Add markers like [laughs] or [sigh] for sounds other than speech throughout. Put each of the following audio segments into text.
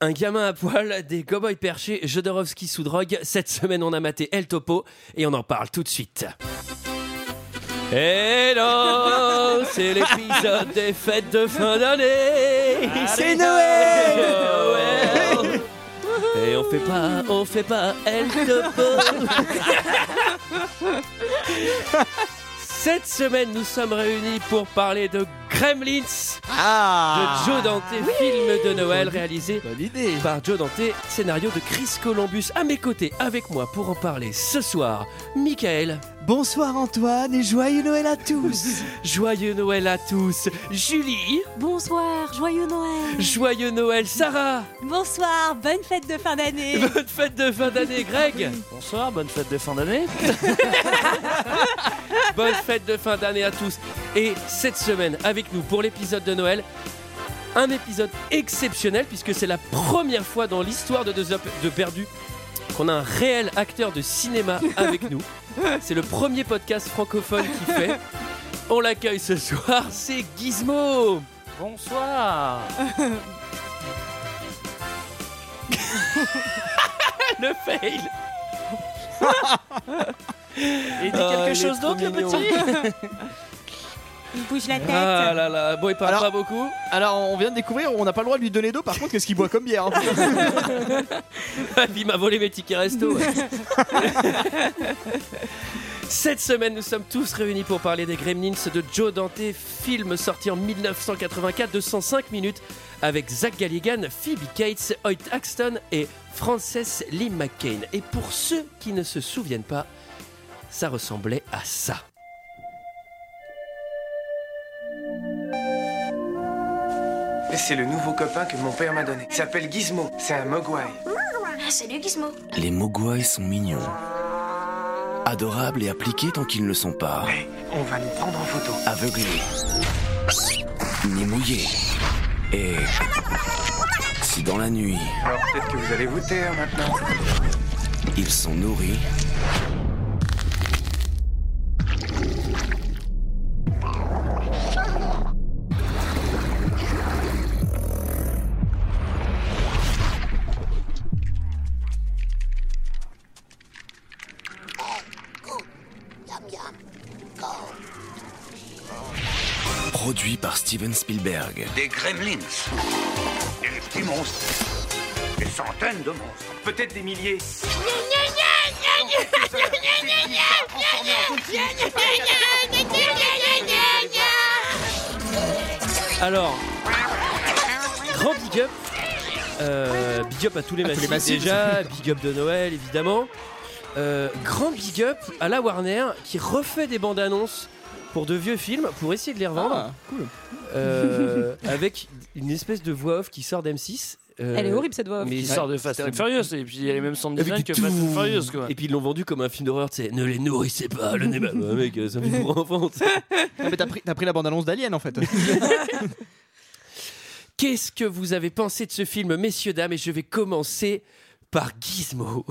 Un gamin à poil, des cowboys perchés, Jodorowsky sous drogue. Cette semaine, on a maté El Topo et on en parle tout de suite. Hello, c'est l'épisode des fêtes de fin d'année. C'est Noël Noël. Et on fait pas, on fait pas El Topo. Cette semaine, nous sommes réunis pour parler de Gremlins de Ah Joe Dante, film de Noël réalisé Bonne idée par Joe Dante, scénario de Chris Columbus. À mes côtés, avec moi pour en parler ce soir, Michael. Bonsoir Antoine et joyeux Noël à tous Joyeux Noël à tous, Julie. Bonsoir, joyeux Noël. Joyeux Noël, Sarah. Bonsoir, bonne fête de fin [laughs] d'année. Bonne fête de fin d'année, Greg. Bonsoir, bonne fête de fin d'année [laughs] Bonne fête de fin d'année à tous. Et cette semaine, avec nous pour l'épisode de Noël. Un épisode exceptionnel puisque c'est la première fois dans l'histoire de Deux Up de Perdu qu'on a un réel acteur de cinéma avec [laughs] nous. C'est le premier podcast francophone qui fait. On l'accueille ce soir, c'est Gizmo. Bonsoir [laughs] Le [laughs] fail. Et dit quelque chose d'autre, le Il bouge la tête. Ah là là, bon il parle Alors- pas beaucoup. [laughs] Alors on vient de découvrir, on n'a pas le droit de lui donner d'eau, par contre qu'est-ce qu'il boit comme [laughs] bière hein Ah, puis il m'a volé mes tickets resto. ouais. Cette semaine, nous sommes tous réunis pour parler des Gremlins de Joe Dante, film sorti en 1984 de 105 minutes avec Zach Galligan, Phoebe Cates, Hoyt Axton et Frances Lee McCain. Et pour ceux qui ne se souviennent pas, ça ressemblait à ça. Et C'est le nouveau copain que mon père m'a donné. Il s'appelle Gizmo. C'est un mogwai. Ah, salut Gizmo. Les Mogwai sont mignons. Adorables et appliqués tant qu'ils ne le sont pas. Hey, on va nous prendre en photo. Aveuglés. Ni mouillés. Et. Si dans la nuit, Alors peut-être que vous allez vous taire maintenant. ils sont nourris. Produit par Steven Spielberg. Des gremlins. Des petits monstres. Des centaines de monstres. Peut-être des milliers. Alors, grand big up. Euh, big up à tous les massifs, déjà, big up de Noël évidemment. Euh, grand big up à la Warner qui refait des bandes annonces pour de vieux films pour essayer de les revendre cool. Euh, avec une espèce de voix off qui sort d'M6. euh, Elle est horrible cette voix. off. mais- qui sort de Fast and Furious et puis il y a les mêmes sound Avec design du que Fast tout. and Furious quoi. Et puis ils l'ont vendu comme un film d'horreur, tu sais, ne les nourrissez pas, le nez bah, mec, ça me [laughs] pour enfants, tu sais. Ah, mais t'as pris, t'as pris la bande-annonce d'Alien en fait Ah. Qu'est-ce que vous avez pensé de ce film, messieurs, dames Et je vais commencer par Gizmo.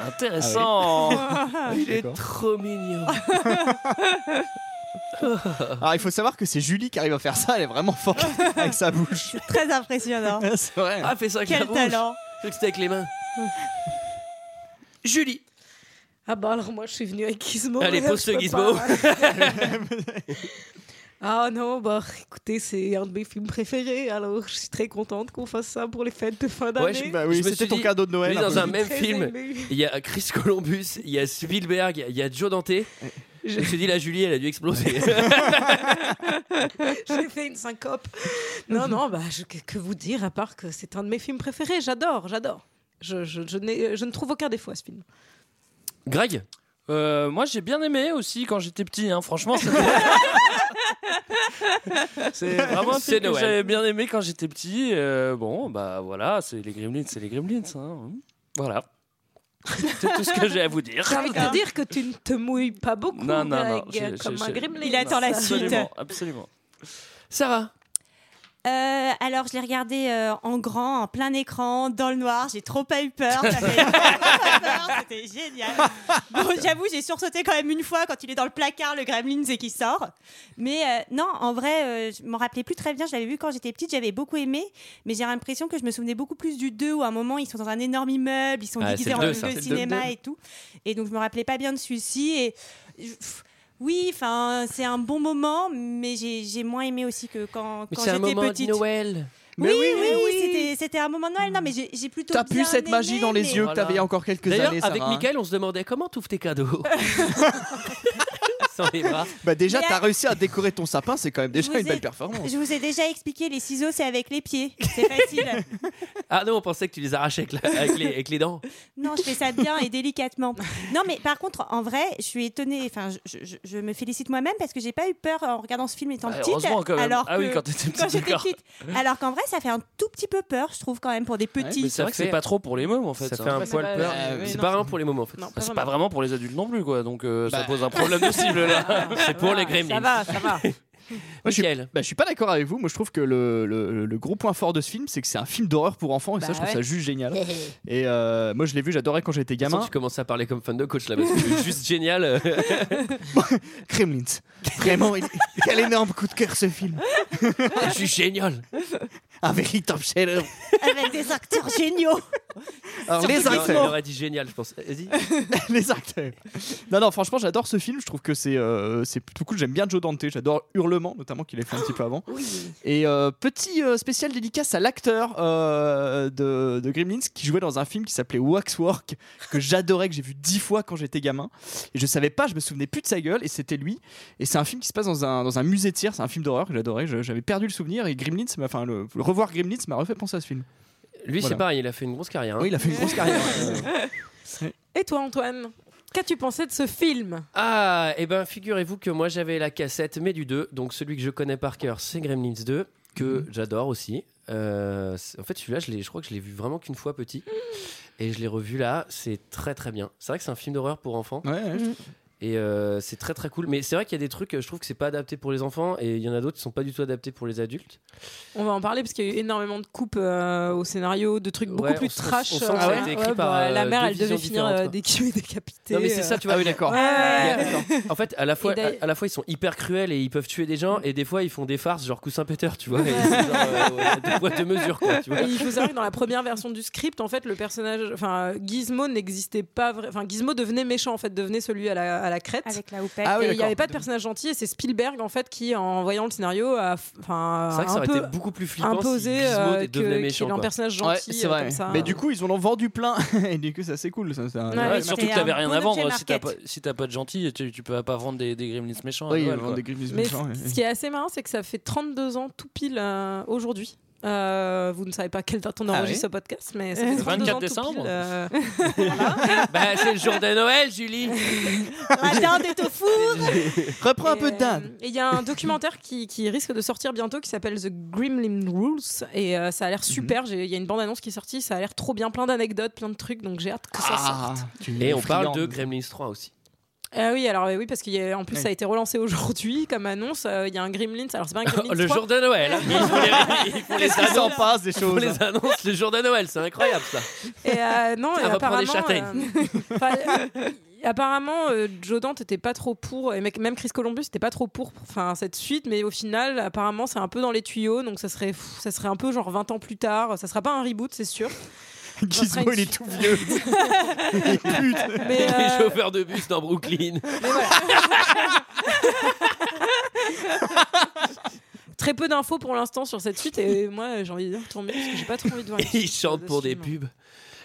Intéressant. Ah Il est trop mignon. Alors il faut savoir que c'est Julie qui arrive à faire ça, elle est vraiment forte avec sa [laughs] bouche Très [laughs] impressionnant. C'est vrai Ah, fais ça avec la Quel bouche. talent. Je crois que c'était avec les mains. Julie. Ah bah alors moi je suis venue avec Gizmo. Allez, Oh, je pose ce peux Gizmo. pas. ah non, bah écoutez, c'est un de mes films préférés, alors je suis très contente qu'on fasse ça pour les fêtes de fin d'année. je suis Bah Je me oui, suis c'était ton dit, cadeau de Noël on est dans peu. un même Très film. émue. Il y a Chris Columbus, il y a Spielberg, il y a Joe Dante. Je me suis dit, la Julie, elle a dû exploser. J'ai fait une syncope. Non, non, bah, je- que, que vous dire, à part que c'est un de mes films préférés. J'adore, j'adore. Je, je, je, n'ai- je ne trouve aucun défaut à ce film. Greg Euh, moi j'ai bien aimé aussi quand j'étais petit hein. franchement [laughs] c'était- c'est vraiment un C'est film que Noël. j'avais bien aimé quand j'étais petit. Euh, bon bah voilà, c'est les gremlins, c'est les gremlins hein. Voilà. c'est tout ce que j'ai à vous dire. J'ai envie de te dire que tu ne te mouilles pas beaucoup, Non, non, non, Greg, j'ai- comme j'ai- un j'ai- gremlin. Il attend la Ça. suite. Absolument, absolument. Sarah Euh, alors, je l'ai regardé euh, en grand, en plein écran, dans le noir. J'ai trop pas eu peur. Ça fait- j'ai trop pas eu peur, C'était génial. Bon, j'avoue, j'ai sursauté quand même une fois quand il est dans le placard, le Gremlins, et qu'il sort. Mais euh, non, en vrai, euh, je m'en rappelais plus très bien. Je l'avais vu quand j'étais petite, j'avais beaucoup aimé. Mais j'ai l'impression que je me souvenais beaucoup plus du 2 où à un moment, ils sont dans un énorme immeuble, ils sont Ah, c'est déguisés le en deux, lieu ça, de c'est le cinéma deux. et tout. Et donc, je me rappelais pas bien de celui-ci. Et. je- pff, oui, enfin, c'est un bon moment, mais j'ai j'ai moins aimé aussi que quand, Mais quand c'est un j'étais moment petite. de Noël. Oui, Mais oui, oui, c'était- c'était un moment de Noël. Non, mais j'ai j'ai plutôt. T'as pu bien cette magie aimé, dans les mais- yeux que t'avais il y a Voilà. encore quelques D'ailleurs, années. avec Sarah, hein. Michael, on se demandait comment t'ouvres tes cadeaux. Sans les bras. Bah déjà, Mais t'as à- réussi à décorer ton sapin, c'est quand même déjà vous une belle ai- performance. Je vous ai déjà expliqué, les ciseaux, c'est avec les pieds. C'est facile. Ah non, on pensait que tu les arrachais avec, la- avec les, avec les dents. [laughs] non, je fais ça bien et délicatement. Non, mais par contre, en vrai, je suis étonnée. Enfin, je, je- je me félicite moi-même parce que j'ai pas eu peur en regardant ce film étant Ah, petite. heureusement quand même. Alors ah oui, que- quand t'étais quand petit, j'étais d'accord. petite. Alors qu'en vrai, ça fait un tout petit peu peur, je trouve, quand même, pour des petits. Mais c'est vrai que c'est pas trop pour les mômes en fait. ça ça. fait un Ouais, c'est poil pas- peur. euh, oui, c'est non, pas rien pour les moments en fait. Non, Ah, pas c'est C'est pas vraiment pour les adultes non plus quoi. Donc euh, ça Bah. pose un problème de cible [laughs] là. C'est pour les Gremlins. Ça va, ça va. Moi, je suis- Michael. Bah, je suis pas d'accord avec vous. Moi, je trouve que le, le- le gros point fort de ce film, c'est que c'est un film d'horreur pour enfants. Et ça, Bah je trouve ouais. ça juste génial. Et euh, moi, je l'ai vu, j'adorais quand j'étais De toute façon, gamin. tu commences à parler comme fan de coach là [laughs] parce que c'est juste génial. euh. Kremlins. Vraiment, il- [laughs] quel énorme coup de cœur ce film. Ah, je suis génial. Un véritable chef-d'œuvre. [laughs] Avec des acteurs géniaux. Alors, les Non, Il acteurs. aurait dit génial, je pense. Vas-y. [laughs] les acteurs. Non, non, franchement, j'adore ce film. Je trouve que c'est euh, c'est plutôt cool. J'aime bien Joe Dante. J'adore Hurlement, notamment, qu'il a fait un petit peu avant. Et euh, petit euh, spécial dédicace à l'acteur euh, de, de Gremlins qui jouait dans un film qui s'appelait Waxwork, que j'adorais, que j'ai vu dix fois quand j'étais gamin. Et je savais pas, je me souvenais plus de sa gueule, et c'était lui. Et c'est un film qui se passe dans un, dans un musée de cire, c'est un film d'horreur que j'adorais, je- j'avais perdu le souvenir, et Gremlins, m'a- enfin, le, le revoir Gremlins m'a refait penser à ce film. Lui, c'est Voilà. pareil, il a fait une grosse carrière. hein. Oui, il a fait une grosse carrière. Euh, Et toi, Antoine Qu'as-tu pensé de ce film Ah, et ben figurez-vous que moi j'avais la cassette, mais du 2. Donc celui que je connais par cœur, c'est Gremlins 2, que Mhm. j'adore aussi. Euh, c'est- en fait, celui-là, je, l'ai- je crois que je l'ai vu vraiment qu'une fois petit. Et je l'ai revu là, c'est très très bien. C'est vrai que c'est un film d'horreur pour enfants. ouais, ouais, je- Et euh, c'est très très cool. Mais c'est vrai qu'il y a des trucs, euh, je trouve que c'est pas adapté pour les enfants. Et il y en a d'autres qui sont pas du tout adaptés pour les adultes. On va en parler parce qu'il y a eu énormément de coupes euh, au scénario, de trucs beaucoup Ouais, on plus s- trash. ah on sent que ça a été écrit par, euh, bah, la mère, deux elle devait visions finir différentes, euh, quoi. décapitée. décapitée. Non, mais c'est euh. ça, tu vois. Ah oui, d'accord. Il y a- Ouais. En fait, à la fois, Et d'ailleurs- à, à la fois, ils sont hyper cruels et ils peuvent tuer des gens, et des fois, ils font des farces, genre coussin péteur, tu vois. Et c'est genre, euh, deux poids, deux mesures, quoi, tu vois. Et il faut savoir que dans la première version du script, en fait, le personnage, enfin, Gizmo n'existait pas. vra- Enfin, Gizmo devenait méchant, en fait, devenait celui à la, à la crête. Avec la houppette. Ah oui, et il n'y d'accord. avait pas de personnage gentil, et c'est Spielberg, en fait, qui, en voyant le scénario, a, f- enfin, C'est vrai que ça un aurait peu été beaucoup plus flippant imposé si Gizmo euh, que- devenait qu'il méchant. est un quoi. personnage Ouais, gentil c'est euh, vrai. comme ça. Mais du coup, ils en ont vendu plein, [laughs] et du coup, ça c'est cool. ça, c'est un- Ouais, Ouais, mais surtout c'était que t'avais un rien bon à objet vendre hein, si t'as pas, market. si t'as pas de gentil, tu, tu peux pas vendre des, des gremlins méchants. à Oui, ils Noël, vendent quoi. des Gremlins Mais méchants, ouais. ce qui est assez marrant, c'est que ça fait 32 ans tout pile euh, aujourd'hui. Euh, vous ne savez pas quelle date on Ah oui enregistre ce podcast, mais ça fait 32 ans 24 tout décembre. [laughs] pile, euh, Bah, c'est le jour de Noël, [laughs] Julie. La dinde est au four. [laughs] Reprends un Et, peu de dinde. euh, et Il y a un documentaire qui, qui risque de sortir bientôt qui s'appelle The Gremlin Rules et euh, ça a Mhm. l'air super. J'ai- Il y a une bande annonce qui est sortie, ça a l'air trop bien, plein d'anecdotes, plein de trucs, donc j'ai hâte que ça Ah, sorte. tu es Et on parle friande. de Gremlins 3 aussi. Ah oui, alors euh, oui, parce qu'il y a- en plus Oui. ça a été relancé [laughs] aujourd'hui comme annonce. euh, Il y a un Gremlins, [laughs] alors c'est pas un Oh, Gremlins le 3, jour de Noël. hein. Ils font les- ils font les Qu'est-ce qui s'en annonces- passe [laughs] des ils font choses hein, les annonces le jour de Noël, c'est incroyable ça. Et euh, non, [laughs] Ça et reprend des apparemment, châtaignes. euh, enfin, euh, apparemment, euh, Joe Dante était pas trop pour, et mec- même Chris Columbus n'était pas trop pour, pour- enfin cette suite, mais au final, apparemment, c'est un peu dans les tuyaux, donc ça serait, pff, ça serait un peu genre 20 ans plus tard, ça sera pas un reboot, [laughs] c'est sûr. Gizmo, il est tout [laughs] vieux. Mais, Les euh, chauffeurs de bus dans [laughs] Brooklyn. mais voilà. Très peu d'infos pour l'instant sur cette suite et moi j'ai envie de dire tant mieux parce que j'ai pas trop envie [laughs] de voir. une Ils suite chantent de pour ce des film. pubs.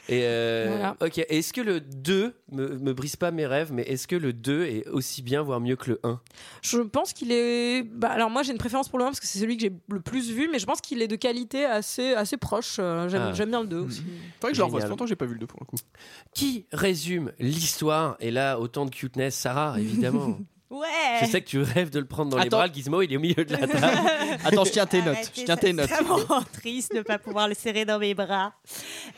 Et euh, Voilà. Ok, est-ce que le 2 me, me brise pas mes rêves, mais est-ce que le 2 est aussi bien, voire mieux que le 1 Je pense qu'il est. bah, alors moi j'ai une préférence pour le 1 parce que c'est celui que j'ai le plus vu, mais je pense qu'il est de qualité assez, assez proche. Euh, J'aime Ah. j'aime bien le 2 aussi. Faudrait que je le revoie, Génial. c'est longtemps que j'ai pas vu le 2 pour le coup. Qui résume l'histoire Et là, autant de cuteness, Sarah, [laughs] évidemment. Ouais. Je Eh. sais que tu rêves de le prendre dans les Attends. bras, le Gizmo, il est au milieu de [laughs] la table. [laughs] Attends, je tiens tes notes. Arrêtez Je tiens tes ça, notes. C'est vraiment triste de ne pas pouvoir le serrer dans mes bras.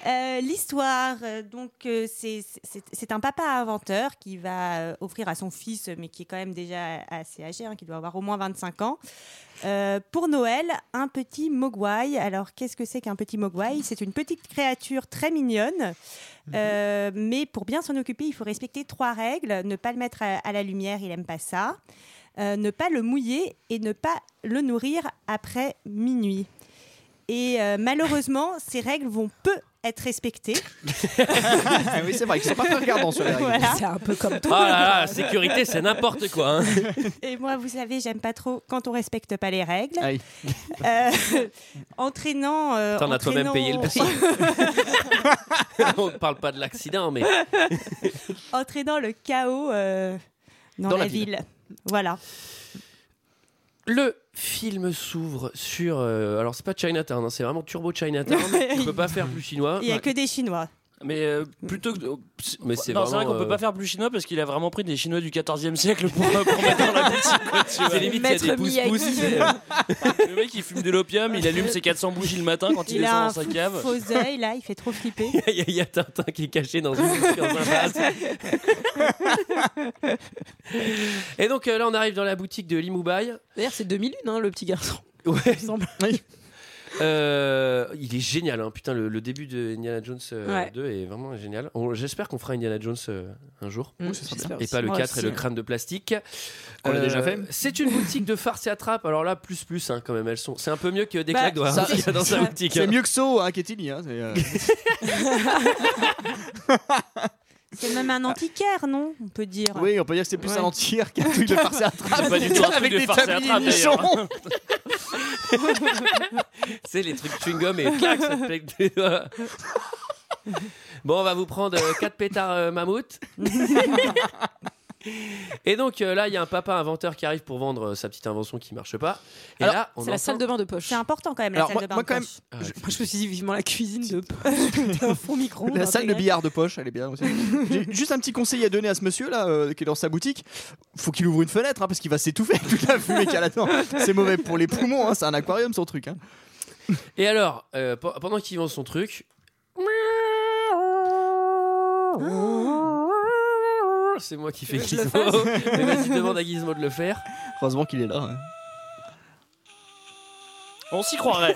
Euh, L'histoire, euh, donc, euh, c'est- c'est c'est un papa inventeur qui va euh, offrir à son fils, mais qui est quand même déjà assez âgé, hein, qui doit avoir au moins 25 ans, Euh, pour Noël, un petit mogwai. Alors, qu'est-ce que c'est qu'un petit mogwai C'est une petite créature très mignonne. Mhm. Euh, mais pour bien s'en occuper, il faut respecter trois règles. Ne pas le mettre à, à la lumière, il aime pas ça. Euh, ne pas le mouiller et ne pas le nourrir après minuit. Et euh, malheureusement, ces règles vont peu être respectées. Ah oui, c'est vrai, ils sont pas très regardants sur les règles. Voilà. C'est un peu comme Ah là là, la sécurité, c'est n'importe quoi. hein. Et moi, vous savez, j'aime pas trop quand on respecte pas les règles. Aïe. Euh, [laughs] entraînant. euh, T'en as toi-même entraînant- [laughs] payé le prix. hein. [laughs] On ne parle pas de l'accident, mais entraînant le chaos euh, dans, Dans la, la ville. Voilà. le film s'ouvre sur. euh, alors, c'est pas Chinatown, hein, c'est vraiment Turbo [laughs] Chinatown. On peut pas faire plus chinois. Il n'y a que des Chinois. Mais euh, plutôt que. oh, pss, Mais c'est non, c'est vrai vraiment, qu'on peut euh, pas faire plus chinois parce qu'il a vraiment pris des chinois du 14e siècle pour, [laughs] euh, pour mettre dans la boutique. quoi, tu vois. C'est limite, il y a des Maître Miyagi. pouces-pouces. c'est, euh, Le mec il fume de l'opium, il allume ses 400 bougies le matin quand il, il descend a dans un sa fou- cave. faux œil, là, il fait trop flipper. Il y, a- il y a Tintin qui est caché dans, une, dans un [laughs] vase. Et donc euh, là, on arrive dans la boutique de Limoubaï. D'ailleurs, c'est 2001, hein, le petit garçon. Ouais. Il me semble. Euh, il est génial, hein. putain, le, le début de Indiana Jones euh, Ouais. 2 est vraiment génial. On- J'espère qu'on fera Indiana Jones euh, un jour. Mmh, ça serait j'espère Et aussi. hein. pas le Moi 4 et aussi. le crâne de plastique. Euh, On l'a déjà fait. C'est une boutique de farce et attrape. Alors là, plus plus hein, quand même, elles sont. C'est un peu mieux que des Bah, claques doigts, ça- hein, qu'il y a [laughs] dans sa boutique. C'est mieux que So, hein, Ketini. Hein, c'est, euh, C'est même un antiquaire, non On peut dire. Oui, on peut dire que c'est plus Ouais. un entière qu'un [laughs] truc de farce à trappe. C'est pas du tout un truc avec de des farce à tabliers trappe, nichons. C'est les trucs chewing-gum et clac, ça te plaque des [laughs] doigts. Bon, on va vous prendre 4 pétards euh, [laughs] mammouth. et donc euh, là, il y a un papa inventeur qui arrive pour vendre euh, sa petite invention qui marche pas. Et Alors, là, on C'est la salle de bain de poche. C'est important quand même, la Alors, salle moi- de bain. moi, de quand même, poche. Ah ouais. Moi, je me suis dit vivement la cuisine de [laughs] poche. un four micro. hein, La salle de billard de poche, elle est bien [laughs] aussi. J'ai juste un petit conseil à donner à ce monsieur là euh, qui est dans sa boutique. Faut qu'il ouvre une fenêtre hein, parce qu'il va s'étouffer [laughs] avec toute la fumée qu'il y a là-dedans. C'est mauvais pour les poumons, hein, c'est un aquarium son truc. hein. Et alors, euh, pe- pendant qu'il vend son truc. C'est moi qui fais Tu veux que je Gizmo. [laughs] le Mais vas-y, demande à Gizmo de le faire. Heureusement qu'il est là. hein. On s'y croirait.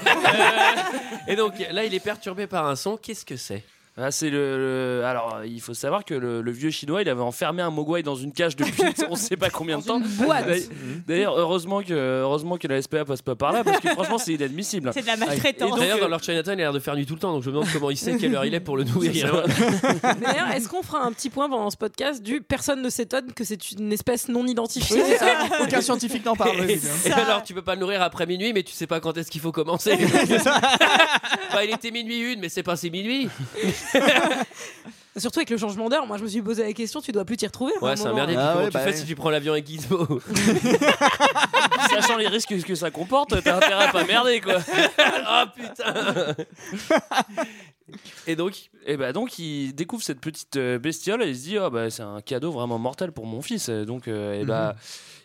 Et donc là, il est perturbé par un son. Qu'est-ce que c'est [laughs] Ah, c'est le, le- Alors, euh, il faut savoir que le, le vieux chinois, il avait enfermé un mogwai dans une cage depuis [laughs] on sait pas combien de temps. boîte. D'ailleurs- [laughs] D'ailleurs, heureusement que, heureusement que la SPA passe pas par là parce que franchement, c'est inadmissible. [laughs] C'est de la Et maltraitance. D'ailleurs, dans leur Chinatown, il a l'air de faire nuit tout le temps. Donc je me demande comment il sait quelle heure il est pour le euh, nourrir. [laughs] D'ailleurs, est-ce qu'on fera un petit point pendant ce podcast du personne ne s'étonne que c'est une espèce non identifiée [laughs] Aucun scientifique n'en parle. Et, évidemment. et alors, tu peux pas le nourrir après minuit, mais tu sais pas quand est-ce qu'il faut commencer. Bah, il était minuit une, mais c'est passé minuit. [laughs] Surtout avec le changement d'heure, moi je me suis posé la question, tu dois plus t'y retrouver. à Ouais, c'est un moment. merdier. puis Ah comment ouais, tu bah fais ouais. si tu prends l'avion avec Gizmo [laughs] [laughs] Sachant les risques que ça comporte, t'as intérêt à pas merder [laughs] quoi. Oh, Ah putain Et donc, Et bah donc il découvre cette petite euh, bestiole et il se dit oh bah c'est un cadeau vraiment mortel pour mon fils. Et Donc euh, et bah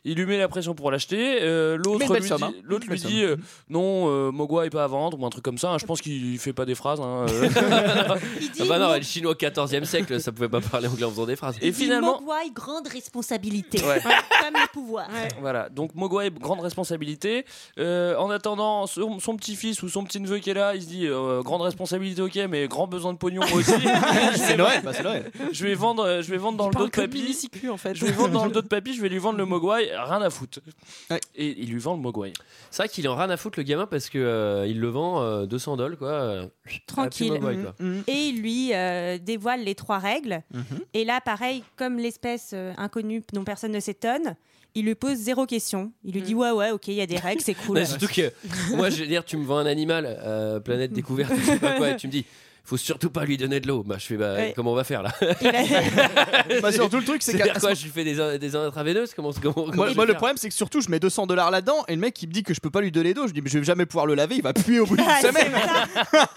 il lui met la pression pour l'acheter. Euh, Mhm. Mais l'autre belle lui somme, dit, hein. l'autre Belle lui somme. dit euh, non euh, Mogwai est pas à vendre ou un truc comme ça. hein. Je pense qu'il fait pas des phrases. hein, [laughs] euh. [laughs] Il dit ah bah non, le chinois au 14e siècle, ça pouvait pas parler anglais en faisant des phrases. et finalement Mogwai, grande responsabilité. Ouais. Comme le pouvoir. voilà donc Mogwai grande responsabilité. Euh, en attendant son, son petit-fils ou son petit-neveu qui est là, il se dit euh, grande responsabilité ok mais grand besoin de pognon [laughs] moi aussi. [laughs] [laughs] C'est Noël, bah, c'est Noël. je vais vendre euh, je vais vendre dans le dos de papy. en fait. Je vais [laughs] vendre dans le dos de papy, je vais lui vendre le Mogwai, rien à foutre. Ouais. Et il lui vend le Mogwai. C'est vrai qu'il en râle à foutre le gamin parce que euh, il le vend euh, 200 dollars quoi. euh, Tranquille. à Puma Boy, quoi. Mhm. Et il lui euh, dévoile les trois règles. Mhm. Et là, pareil, comme l'espèce euh, inconnue dont personne ne s'étonne, il lui pose zéro question. Il lui dit Ouais, ouais, ok, il y a des règles, c'est cool. [laughs] Ouais, surtout que moi, je veux dire, tu me vends un animal, euh, planète découverte, je sais pas quoi, et tu me dis, faut surtout pas lui donner de l'eau. Bah, je fais, bah, Ouais. comment on va faire là Il [laughs] a- [laughs] Bah, surtout le truc, c'est C'est-à-dire qu'à quoi Je lui fais des, des intraveineuses Comment, comment, comment je Moi, vais moi, le faire problème, c'est que surtout, je mets 200 dollars là-dedans et le mec, il me dit que je peux pas lui donner d'eau. Je dis, mais je vais jamais pouvoir le laver, il va puer au bout d'une Ah, c'est semaine. ça.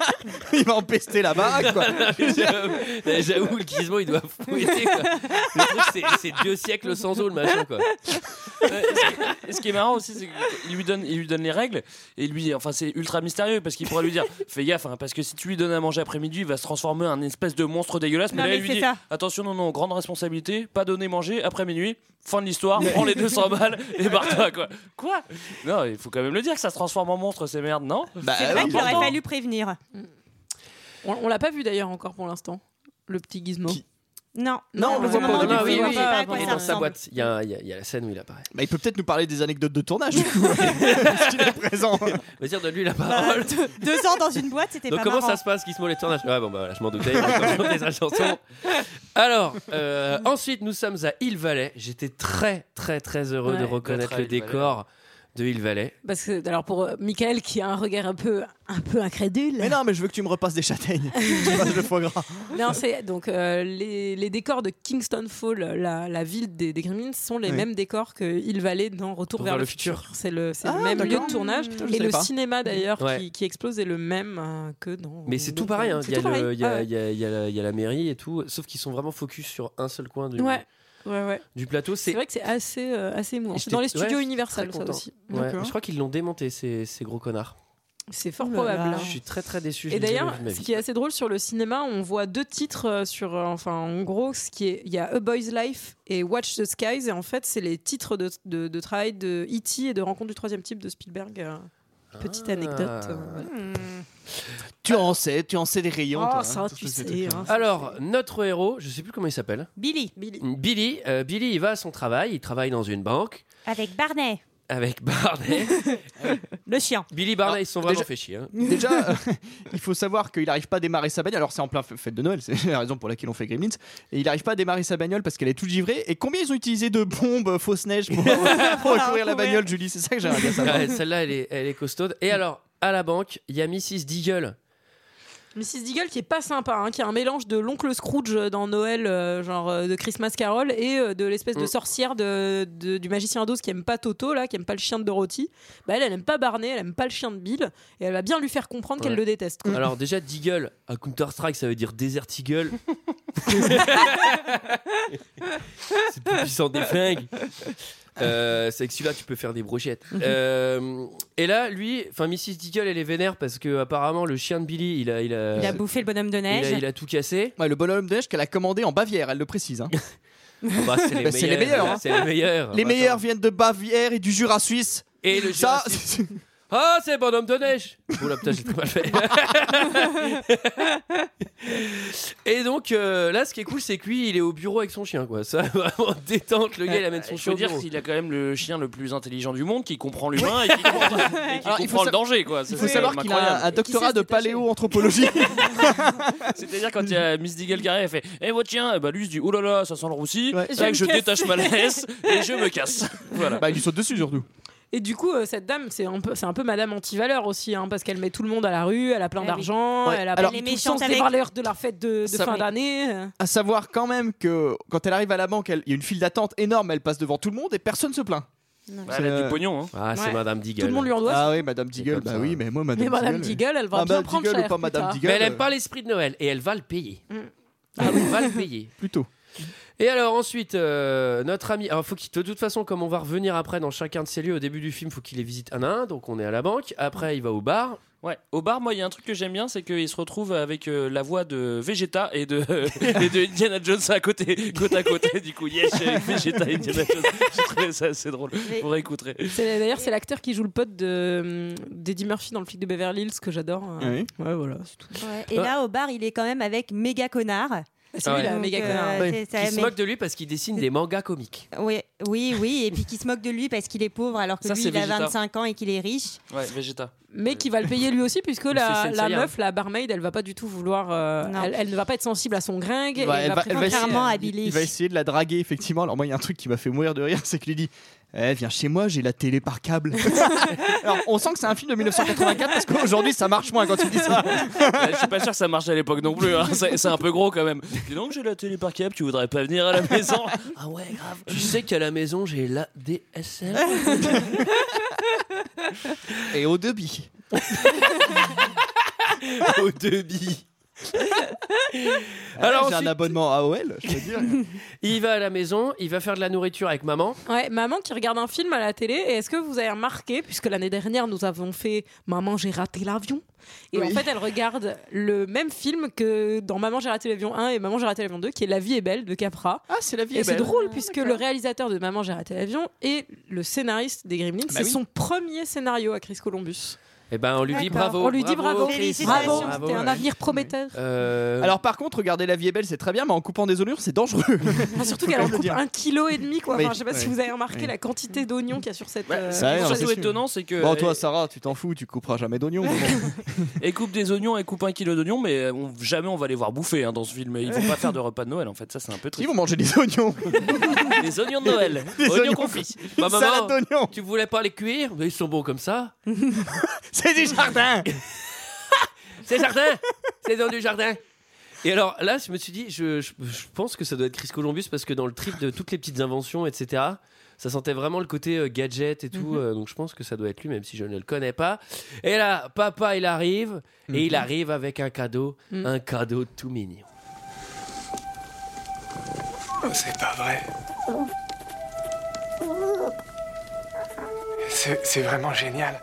il va empester la baraque, quoi. J'avoue, [laughs] j'avoue, le gizmo, il doit fouetter. Quoi. Le truc, c'est- c'est deux siècles sans eau, le machin. Quoi. Ouais, et ce qui- et ce qui est marrant aussi, c'est qu'il lui donne, il lui donne les règles et lui, enfin, c'est ultra mystérieux parce qu'il [laughs] pourrait lui dire, fais gaffe, hein, parce que si tu lui donnes à manger après-midi, il va se transformer en espèce de monstre dégueulasse. Non, Mais là, mais il lui c'est dit, ça. attention, non, non, grande responsabilité, pas donner manger après minuit, fin de l'histoire, prends [laughs] les 200 balles et barre-toi, quoi. Quoi Non, il faut quand même le dire que ça se transforme en monstre, ces merdes, non Ah, Bah, C'est oui. vrai qu'il aurait fallu prévenir. On, on l'a pas vu d'ailleurs encore pour l'instant, le petit gizmo. Qui- Non, Non, on le voit au pas moment au du début. film, Oui, on oui, sait pas à quoi Il est ça dans sa ressemble. boîte. Il y, a, il y a- il y a la scène où il apparaît. Bah, il peut peut-être nous parler des anecdotes de tournage, du coup, [laughs] puisqu'il est présent. Vas-y, donne-lui la Bah, parole. deux, deux ans dans une boîte, c'était Donc pas comment marrant. ça se passe Gizmo les tournages Ouais bon bah voilà, je m'en doutais, il va encore [laughs] chanter sa chanson. Alors euh, ensuite nous sommes à Hill Valley. J'étais très très très heureux de Ouais. reconnaître D'être à le Hill Valley. décor de Hill Valley. Parce que, alors pour euh, Michael qui a un regard un peu, un peu incrédule. Mais non, mais je veux que tu me repasses des châtaignes. Tu passes le foie gras. [laughs] Non, c'est donc euh, les, les décors de Kingston Fall, la, la ville des, des Gremlins, sont les Oui. mêmes décors que Hill Valley dans Retour vers, le futur. C'est le, c'est le Ah, même lieu d'accord. de tournage. Putain, je et savais le pas. cinéma d'ailleurs Ouais. qui, qui explose est le même euh, que dans. Mais c'est tout dans- pareil, hein. C'est il y a tout pareil. le- il y Ah a- ouais. il y a- il y a la- il y a la mairie et tout, sauf qu'ils sont vraiment focus sur un seul coin du, Ouais, ouais, ouais. du plateau. C'est C'est vrai que c'est assez, euh, assez émouvant. J'étais- Dans les ouais, studios j'étais Universal, très ça content. aussi. Ouais, D'accord. je crois qu'ils l'ont démonté ces, ces gros connards. C'est fort Ouh là probable. là. hein. Je suis très très déçu. je Ah. Et l'ai jamais d'ailleurs, vu de ma ce vie. qui est assez drôle sur le cinéma, on voit deux titres euh, sur, euh, enfin, en gros, ce qui est, il y a A Boy's Life et Watch the Skies, et en fait, c'est les titres de, de, de travail de E E.T. et de Rencontre du troisième type de Spielberg. euh. Petite Ah. anecdote. euh, voilà. Tu en sais, tu en sais des rayons. Ah, toi, ça, hein, tu tous ces sais, trucs-là. hein. Alors notre héros, je sais plus comment il s'appelle. Billy, Billy, euh, Billy, il va à son travail. Il travaille dans une banque avec Barney, avec Barney. le chien. [laughs] Billy Barney, Ah, ils se sont vraiment déjà- fait chier. hein. Déjà, [laughs] euh, il faut savoir qu'il n'arrive pas à démarrer sa bagnole. Alors, c'est en plein f- fête de Noël, c'est [laughs] la raison pour laquelle on fait Gremlins. Et il n'arrive pas à démarrer sa bagnole parce qu'elle est toute givrée. Et combien ils ont utilisé de bombes euh, fausses neiges pour, [laughs] pour recouvrir la bagnole, Julie C'est ça que j'aimerais bien savoir. Ouais, Celle-là, elle est, elle est costaude. Et alors, à la banque, il y a Mrs. Deagle. Mrs. Deagle qui est pas sympa, hein, qui est un mélange de l'oncle Scrooge dans Noël, euh, genre euh, de Christmas Carol, et euh, de l'espèce de Mm. sorcière de, de- du magicien d'Oz qui aime pas Toto, là, qui aime pas le chien de Dorothy. Bah, elle, elle aime pas Barney, elle aime pas le chien de Bill, et elle va bien lui faire comprendre Ouais. qu'elle le déteste. Mm. quoi. Alors, déjà, Deagle, à Counter-Strike, ça veut dire Desert [laughs] Eagle. C'est plus puissant des flingues. Euh, c'est avec celui-là, tu peux faire des brochettes. Euh, et là, lui, enfin, Mrs. Deagle, elle est vénère parce que apparemment, le chien de Billy, il a, il a, Il a bouffé le bonhomme de Euh, il a- neige. il a tout cassé. [laughs] Ouais, le bonhomme de neige qu'elle a commandé en Bavière, elle le précise. hein. Bah, c'est les, [laughs] Bah, c'est les meilleurs, hein. C'est les meilleurs. Les Bah, meilleurs attends. viennent de Bavière et du Jura suisse. Et le ça, Jurassic- [laughs] Ah, c'est bonhomme de neige Oula, putain, j'ai très mal fait. Et donc, euh, là, ce qui est cool, c'est que lui, il est au bureau avec son chien, quoi. Ça, [laughs] vraiment, détente, le gars, il amène son Il chien faut au dire bureau. qu'il a quand même le chien le plus intelligent du monde qui comprend l'humain et qui [laughs] [laughs] comprend, et qui Alors, il faut comprend le sa- danger. Quoi. il Ça, faut c'est savoir quand même qu'il [laughs] incroyable. a un doctorat se de détacher. paléo-anthropologie. C'est-à-dire quand il y a Miss Deagle qui arrive, elle fait Eh votre chien Eh bah lui il se dit Oh là là, ça sent le roussi, Ouais. C'est Je là me que je casse. détache ma laisse et je me casse. » [laughs] Voilà. bah, il lui saute dessus surtout. Et du coup, euh, cette dame, c'est un peu, c'est un peu Madame antivaleur aussi, hein, parce qu'elle met tout le monde à la rue, elle a plein Ah oui. d'argent, Ouais. elle a Alors- pas Elle est du tout le méchante sens des avec- valeurs de la fête de, de Ça- fin d'année. euh. À savoir quand même que quand elle arrive à la banque, elle- il y a une file d'attente énorme, elle passe devant tout le monde et personne se plaint. Bah, elle a Euh, du pognon. Hein. Ah, c'est Ouais. Madame Deagle. Tout le monde lui en doit. Ah oui, Madame C'est Deagle, comme bah ça. oui, mais moi, Madame mais Madame Deagle. Deagle, elle va Ah, bien Madame prendre Deagle cher. ou pas plus Madame tard. Deagle Mais elle aime euh, pas l'esprit de Noël, et elle va le payer. Ah, Mm. Elle va le payer. Plutôt. Et alors ensuite, euh, notre ami, alors faut qu'il, de toute façon, comme on va revenir après dans chacun de ces lieux, au début du film, faut qu'il les visite un à un. Donc on est à la banque. Après, il va au bar. Ouais. Au bar, moi, il y a un truc que j'aime bien, c'est qu'il se retrouve avec euh, la voix de Vegeta et [laughs] de, et de Indiana Jones à côté, côte à côté. Du coup, yes, avec Vegeta et Indiana Jones. J'ai trouvé ça assez drôle. Vous réécouterez. C'est- D'ailleurs, c'est l'acteur qui joue le pote de, hum, d'Eddie Murphy dans le flic de Beverly Hills que j'adore. euh. Oui. Ouais, voilà, c'est tout. Ouais, Et là, au bar, il est quand même avec méga connard. C'est Ah lui, ouais. la Donc, méga euh, connard. Oui. c'est- ça- Qui se mais- moque de lui parce qu'il dessine des mangas comiques. Oui, oui, oui, et puis qui se moque de lui parce qu'il est pauvre alors que Ça, lui c'est il a Vegeta. 25 ans et qu'il est riche. Ouais, Vegeta. Mais qui va le payer lui aussi, puisque C'est la, Saint la Seiya. meuf, la barmaid, elle va pas du tout vouloir. euh, Non. elle, elle ne va pas être sensible à son gringue. et Bah, elle, va préférer- essayer- hein. Contrairement à il- Billy. Il va essayer de la draguer, effectivement. Alors, moi, il y a un truc qui m'a fait mourir de rire, c'est qu'il dit Eh, viens chez moi, j'ai la télé par [laughs] câble. Alors, on sent que c'est un film de 1984 parce qu'aujourd'hui, ça marche moins quand il dit ça. Ouais, je suis pas sûr que ça marche à l'époque non plus. hein. C'est c'est un peu gros quand même. Dis donc, j'ai la télé par câble, tu voudrais pas venir à la maison Ah ouais, grave. Tu sais qu'à la maison, j'ai la DSL. [laughs] Et au débit. au demi. Ah, Alors j'ai ensuite, un abonnement AOL, je veux dire. [laughs] il va à la maison, il va faire de la nourriture avec maman. Ouais, maman qui regarde un film à la télé, et est-ce que vous avez remarqué, puisque l'année dernière nous avons fait Maman, j'ai raté l'avion Et en fait, elle regarde le même film que dans Maman, j'ai raté l'avion 1 et Maman, j'ai raté l'avion 2, qui est La vie est belle de Capra. Ah, c'est la vie Et est c'est belle. drôle, puisque le réalisateur de Maman, j'ai raté l'avion et le scénariste des Gremlins, c'est oui. son premier scénario à Chris Columbus. Et ben on lui dit D'accord. bravo. On lui dit bravo. Chris, Félicitations. Bravo, Bravo, c'était un ouais. avenir prometteur. Euh, Alors par contre, regarder la vie est belle, c'est très bien, mais en coupant des oignons, c'est dangereux. Enfin, surtout Faut qu'elle quand en même le coupe dire. un kilo et demi, quoi. Oui, Enfin, je sais pas si oui. vous avez remarqué Oui. la quantité d'oignons qu'il y a sur cette. Ouais, euh, ça a l'air, sur Ah, c'est cette- Surtout sûr. étonnant, c'est [laughs] que. Bon, toi, Sarah, tu t'en fous, tu couperas jamais d'oignons. mais bon. Et coupe des oignons et coupe un kilo d'oignons, mais euh, on- jamais on va les voir bouffer hein, dans ce film. Ils vont pas faire de repas de Noël en fait, ça c'est un [laughs] peu Ils triste. vont manger des oignons. Des oignons [laughs] de Noël, Des oignons, oignons confits. Une ma salade Bah, maman, d'oignons. tu voulais pas les cuire Mais ils sont bons comme ça. [laughs] C'est du jardin. [laughs] C'est jardin C'est dans du jardin Et alors là, je me suis dit, je, je- je pense que ça doit être Chris Columbus parce que dans le trip de toutes les petites inventions, etc., ça sentait vraiment le côté euh, gadget et Mhm. tout. euh, donc je pense que ça doit être lui, même si je ne le connais pas. Et là, papa, il arrive Mhm. et il arrive avec un cadeau, Mhm. un cadeau tout mignon. Oh, c'est pas vrai. C'est c'est vraiment génial.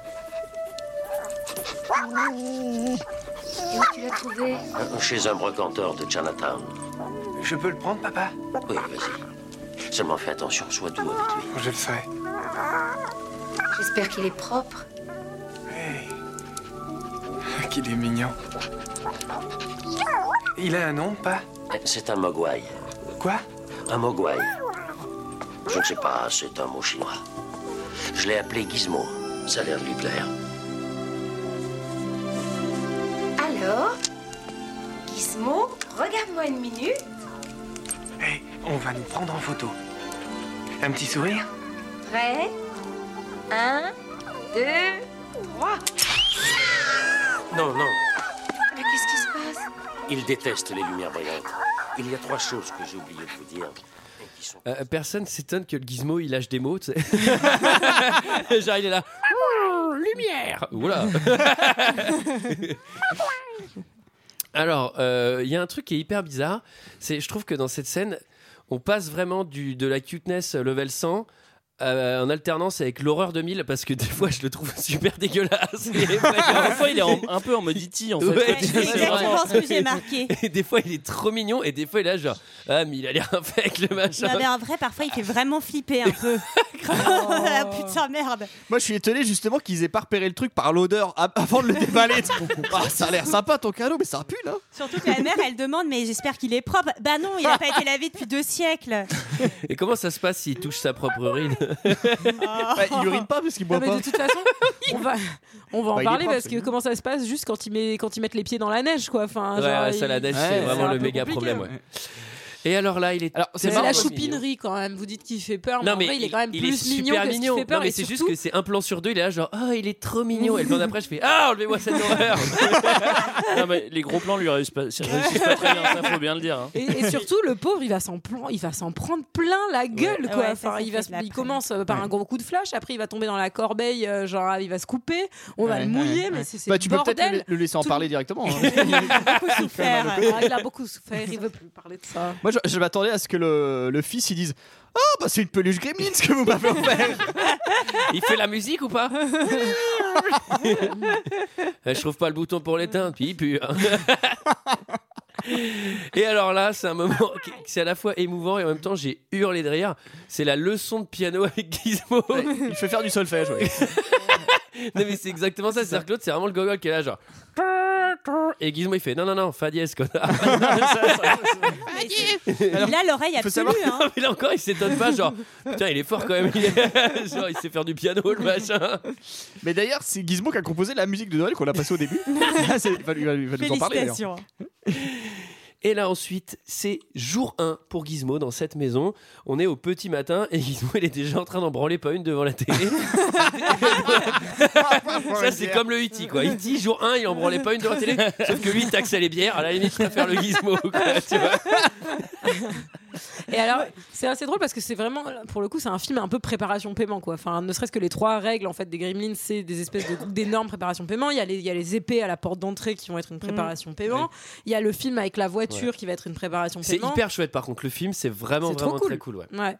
Chez un brocanteur de Chinatown. Je peux le prendre, papa Oui, vas-y. Seulement fais attention, sois doux avec lui. Je le sais. J'espère qu'il est propre. Qu'il est mignon. Il a un nom, pas Eh, C'est un mogwai. Quoi Un mogwai. Je ne sais pas, c'est un mot chinois. Je l'ai appelé Gizmo. Ça a l'air de lui plaire. Alors Gizmo, regarde-moi une minute. Hé, on va nous prendre en photo. Un petit sourire Prêt Un, deux, trois. Non, non, Mais qu'est-ce qui se passe il déteste les lumières brillantes. Il y a trois choses que j'ai oublié de vous dire. et qui sont- Euh, personne s'étonne que le gizmo il lâche des mots. tu sais. Genre il est là. Ouh, lumière. Oula. Alors euh, il y a un truc qui est hyper bizarre. C'est je trouve que dans cette scène on passe vraiment du de la cuteness level 100. euh, en alternance avec l'horreur 2000 parce que des fois je le trouve [laughs] super dégueulasse Et vraiment, Parfois il est en- un peu en mode E.T. en [laughs] fait. Ouais, Ouais, C'est c'est exactement ce que j'ai marqué. [laughs] et des fois il est trop mignon et des fois il est là genre ah mais il a l'air infect le Non, machin mais en vrai, parfois, il fait vraiment flipper un [laughs] peu. Ah, putain, merde. Moi, je suis étonné justement qu'ils aient pas repéré le truc par l'odeur a- avant de le déballer. Ah, ça a l'air sympa ton cadeau, mais ça pue là. Surtout que la mère, elle demande, mais j'espère qu'il est propre. Bah non, il n'a pas été lavé depuis deux siècles. et comment ça se passe s'il touche sa propre [laughs] urine Bah, il urine pas parce qu'il Non, boit Ah, mais pas. de toute façon, on va, on va en Bah, il est parler propre, parce que celui-là. comment ça se passe juste quand ils, met, quand ils mettent les pieds dans la neige, quoi. Enfin, Ouais, genre, ouais, ça, il- la neige, Ouais, c'est c'est vraiment un le peu méga compliqué, problème. ouais. Et alors là, il est. Alors, C'est marrant, bah, la parce que- choupinerie quand même. Vous dites qu'il fait peur, mais Non, en mais vrai, il est quand même il plus est mignon super que ce qui mignon. fait peur. non, mais et c'est juste surtout- que c'est un plan sur deux, il est là, genre, oh, il est trop mignon. Et le plan d'après, je fais, ah, enlevez-moi cette [laughs] horreur. Non, mais les gros plans lui réussissent pas, réussissent pas très bien, ça faut bien le dire. hein. Et, et surtout, le pauvre, il va s'en plan- il va s'en prendre plein la gueule, quoi. Ouais, ça, Enfin, ça il, va fait se- de la il peine. commence euh, par un gros coup de flash, après il va tomber dans la corbeille, euh, genre il va se couper, on va Ouais, le mouiller, ouais, mais ouais. c'est c'est Bah, le tu peux bordel. [laughs] peut-être le- le laisser en Tout- parler directement. [laughs] hein. Beaucoup souffert. Ah, il a beaucoup souffert, il veut plus parler de ça. Moi, je, je m'attendais à ce que le, le fils il dise Ah, bah c'est une peluche gremlin ce que vous [laughs] m'avez offert. Il fait la musique ou pas Euh, Je trouve pas le bouton pour l'éteindre, puis il pue. hein. [laughs] Et alors là, c'est un moment qui c'est à la fois émouvant et en même temps j'ai hurlé de rire. C'est la leçon de piano avec Gizmo. Ouais, il fait faire du solfège. ouais. Non mais c'est exactement ça, c'est-à-dire que l'autre c'est vraiment le gogol qui est là genre Et Gizmo il fait non non non, fa dièse connard Il a l'oreille faut absolue. savoir- hein. [laughs] [laughs] Mais là encore il s'étonne pas genre Putain il est fort quand même il est- [laughs] Genre il sait faire du piano le machin Mais d'ailleurs, c'est Gizmo qui a composé la musique de Noël qu'on a passée au [laughs] début. Ah, C'est- il va, lui- il va lui- il va nous en parler. d'ailleurs. Félicitations. Et là ensuite c'est jour 1 pour Gizmo dans cette maison On est au petit matin et Gizmo il est déjà en train d'en branler pas une devant la [laughs] télé Ça c'est comme le E.T. quoi E.T. jour 1 il en branlait pas une devant la télé Sauf que lui il taxait les bières à la limite il préfère le Gizmo quoi, tu vois Et alors, c'est assez drôle parce que c'est vraiment, pour le coup, c'est un film un peu préparation paiement, quoi. Enfin, ne serait-ce que les trois règles en fait des Gremlins, c'est des espèces de- d'énormes préparation paiement. Il y, a les, il y a les épées à la porte d'entrée qui vont être une Mm. préparation paiement. Il y a le film avec la voiture Ouais. qui va être une préparation C'est paiement. hyper chouette par contre, le film c'est vraiment C'est trop vraiment cool. très cool. Ouais. Ouais.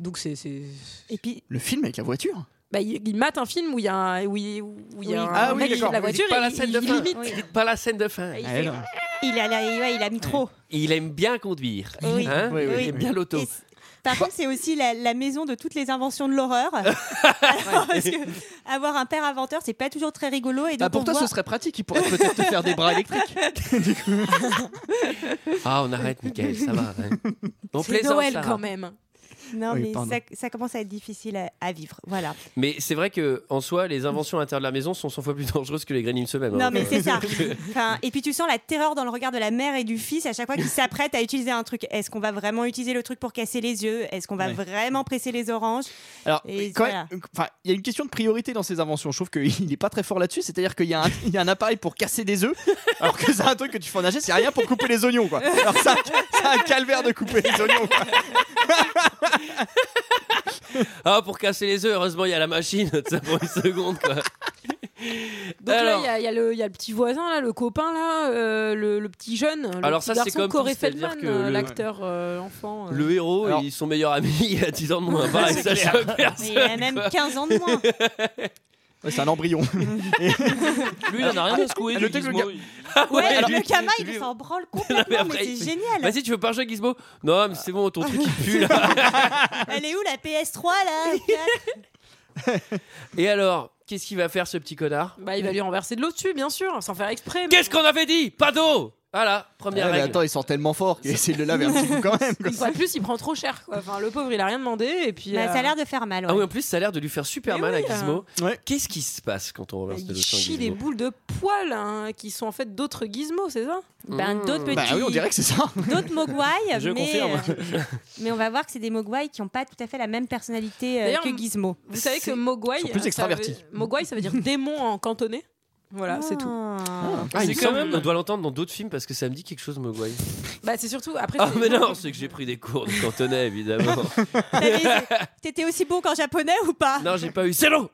Donc c'est. c'est- Et puis, Le film avec la voiture bah, il, il mate un film où il y a un, où il, où il y a Oui. un Ah oui, mec qui fait de la d'accord. voiture Pas la et scène il, de il fin. imite. Dites pas la scène de fin. il, Ah, fait- non. il a la- ouais, il aime trop. Il aime bien conduire. Oui. Hein Oui, oui, Il aime oui. bien l'auto. Et c- par contre, c'est aussi la, la maison de toutes les inventions de [laughs] l'horreur. [laughs] Alors, parce que avoir un père inventeur, c'est pas toujours très rigolo. Et donc Ah, pour on toi, voit- ce serait pratique. Il pourrait peut-être te faire des bras [laughs] électriques. Ah, on arrête, Michael, ça va. [laughs] hein. On C'est plaisante, Noël Sarah. quand même. Non, Oui, mais pardon. ça, ça commence à être difficile à, à vivre. Voilà. Mais c'est vrai que en soi, les inventions à l'intérieur de la maison sont 100 fois plus dangereuses que les Gremlins eux-mêmes. Non, hein. mais [laughs] c'est ça. Enfin, et puis tu sens la terreur dans le regard de la mère et du fils à chaque fois qu'ils s'apprêtent à utiliser un truc. Est-ce qu'on va vraiment utiliser le truc pour casser les yeux Est-ce qu'on va Ouais. vraiment presser les oranges Alors, Et quand voilà. même, enfin, il y a une question de priorité dans ces inventions. Je trouve qu'il n'est pas très fort là-dessus. C'est-à-dire qu'il y, a un- il y a un appareil pour casser des œufs, alors que c'est un truc que tu fais nager, c'est rien pour couper les oignons. Quoi. Alors, c'est un, c'est un calvaire de couper les oignons. quoi. Ah, pour casser les œufs, heureusement, il y a la machine, [laughs] ça pour une seconde, quoi. Donc Alors- là, il y a- il y, a le- il y a le petit voisin, là, le copain, là, euh, le, le petit jeune. Le Alors petit ça, c'est garçon, comme tout, Corey c'est-à-dire Feldman, que euh, le- l'acteur euh, enfant. euh. Le héros Alors- et son meilleur ami, il a 10 ans de [laughs] moins. Pareil, ça choque Mais personne, Il a même quoi. 15 ans de moins. Ouais, c'est un embryon. Lui, il en a rien à secouer. Le du truc, le Gizmo, Ah gars- il- Ouais, Ah Ouais, le lui- gamin, lui- il s'en branle Non, mais complètement, après, mais il- c'est génial. Vas-y, tu veux pas jouer à Gizmo Non, mais c'est bon, ton truc il pue [laughs] là. Elle est où la PS3 là Et alors, qu'est-ce qu'il va faire ce petit connard Bah, il va lui renverser de l'eau dessus, bien sûr, sans faire exprès. mais- Qu'est-ce qu'on avait dit Pas d'eau Voilà, première Ouais, Eh mais ben, règle. attends, ils sont tellement forts qu'il essaie de le laver un petit coup quand même. quoi. Une fois de plus, il prend trop cher. Quoi. Enfin, le pauvre, il a rien demandé. Et puis, Bah, euh, Ça a l'air de faire mal. ouais. Ah oui, en plus, ça a l'air de lui faire super Mais mal hein. oui, à Gizmo. euh. Ouais. Qu'est-ce qui se passe quand on Bah, relance de il l'eau sur chie des Gizmo boules de poils hein, qui sont en fait d'autres gizmos, c'est ça Ben, Mmh. d'autres Bah Bah petits, oui, on dirait que c'est ça. d'autres mogwais, Je mais, confirme. euh, [laughs] mais on va voir que c'est des mogwais qui n'ont pas tout à fait la même personnalité euh, D'ailleurs, que Gizmo. Vous savez que C'est- Mogwai. euh, sont plus ça veut- extravertis. Mogwai, ça veut dire démon en cantonais. Voilà, c'est tout. Ah. Ah, C'est il me quand semble même- qu'on doit l'entendre dans d'autres films parce que ça me dit quelque chose, Mogwai. Bah, c'est surtout. Après, Ah, c'est- mais non, [laughs] c'est que j'ai pris des cours de cantonais, [laughs] évidemment. T'avais- T'étais aussi bon qu'en japonais ou pas non, j'ai pas eu. C'est long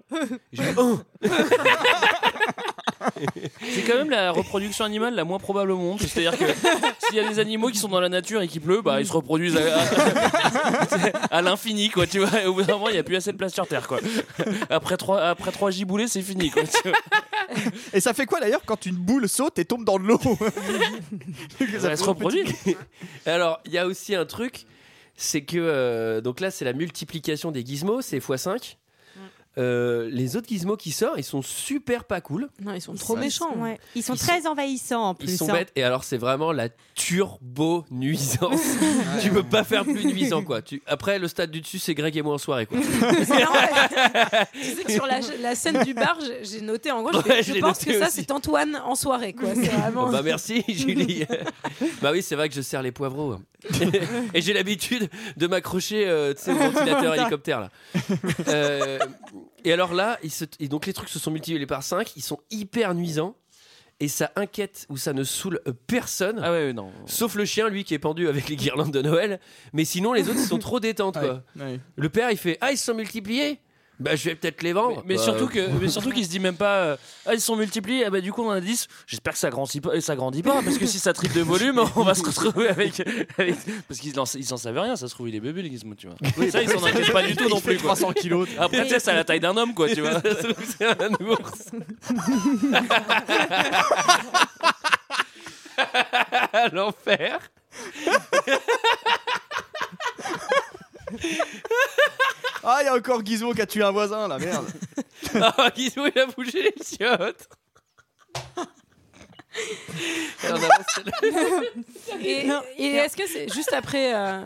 J'ai eu un. [laughs] C'est quand même la reproduction animale la moins probable au monde. C'est-à-dire que s'il y a des animaux qui sont dans la nature et qui pleut, bah ils se reproduisent à, à- [laughs] à l'infini, quoi. Tu vois, Et au bout d'un moment, il n'y a plus assez de place sur Terre, quoi. Après trois, après trois giboulées, c'est fini, quoi. Tu vois. Et ça fait quoi d'ailleurs quand une boule saute et tombe dans de l'eau Elles se reproduisent. [laughs] Alors, il y a aussi un truc, c'est que. euh, donc là, c'est la multiplication des gizmos, c'est x5. Euh, les autres gizmos qui sortent, ils sont super pas cool. Non, ils sont trop Ils sont- méchants. ouais. Ils sont Ils très envahissants en plus. Ils sont hein. bêtes et alors c'est vraiment la turbo nuisance. tu peux pas faire plus nuisant quoi. Tu... Après le stade du dessus c'est Greg et moi en soirée quoi. [laughs] C'est marrant, parce que [laughs] tu sais que sur la, la scène du bar, j'ai- j'ai noté en gros, je Ouais, fais, je je, l'ai pense noté que ça aussi. c'est Antoine en soirée quoi. C'est vraiment. [laughs] bah merci Julie. bah oui c'est vrai que je sers les poivreaux. [laughs] et j'ai l'habitude de m'accrocher euh, tu sais, au [laughs] ventilateur hélicoptère là. Euh, et alors là ils se- et donc les trucs se sont multipliés par 5 ils sont hyper nuisants et ça inquiète ou ça ne saoule euh, personne. Ah ouais, ouais, non. Sauf le chien, lui, qui est pendu avec les guirlandes de Noël. Mais sinon, les autres, ils sont trop détentes, Ah quoi. [laughs] Le père, il fait Ah, ils se sont multipliés Bah, je vais peut-être les Mais, vendre. mais Bah, surtout euh, que, mais [laughs] surtout qu'il se dit même pas. euh, ah, ils sont multipliés. Ah bah du coup on en a 10 J'espère que ça grandit pas. Ça grandit pas parce que si ça triple de volume, [laughs] on va se retrouver avec. avec- parce qu'ils en, ils en savaient rien. Ça se trouve il est bébé les gizmos, tu vois. ça ils s'en inquiètent pas du tout non plus. Quoi. 300 kilos. Après, tu sais, c'est à la taille d'un homme, quoi, tu vois. ça se trouve, [laughs] c'est un [laughs] ours. L'enfer. Ah, il y a encore Gizmo qui a tué un voisin là, merde. Ah, Guizou, il a bougé les chiottes. Alors, on avance. Et, et est-ce que c'est juste après euh,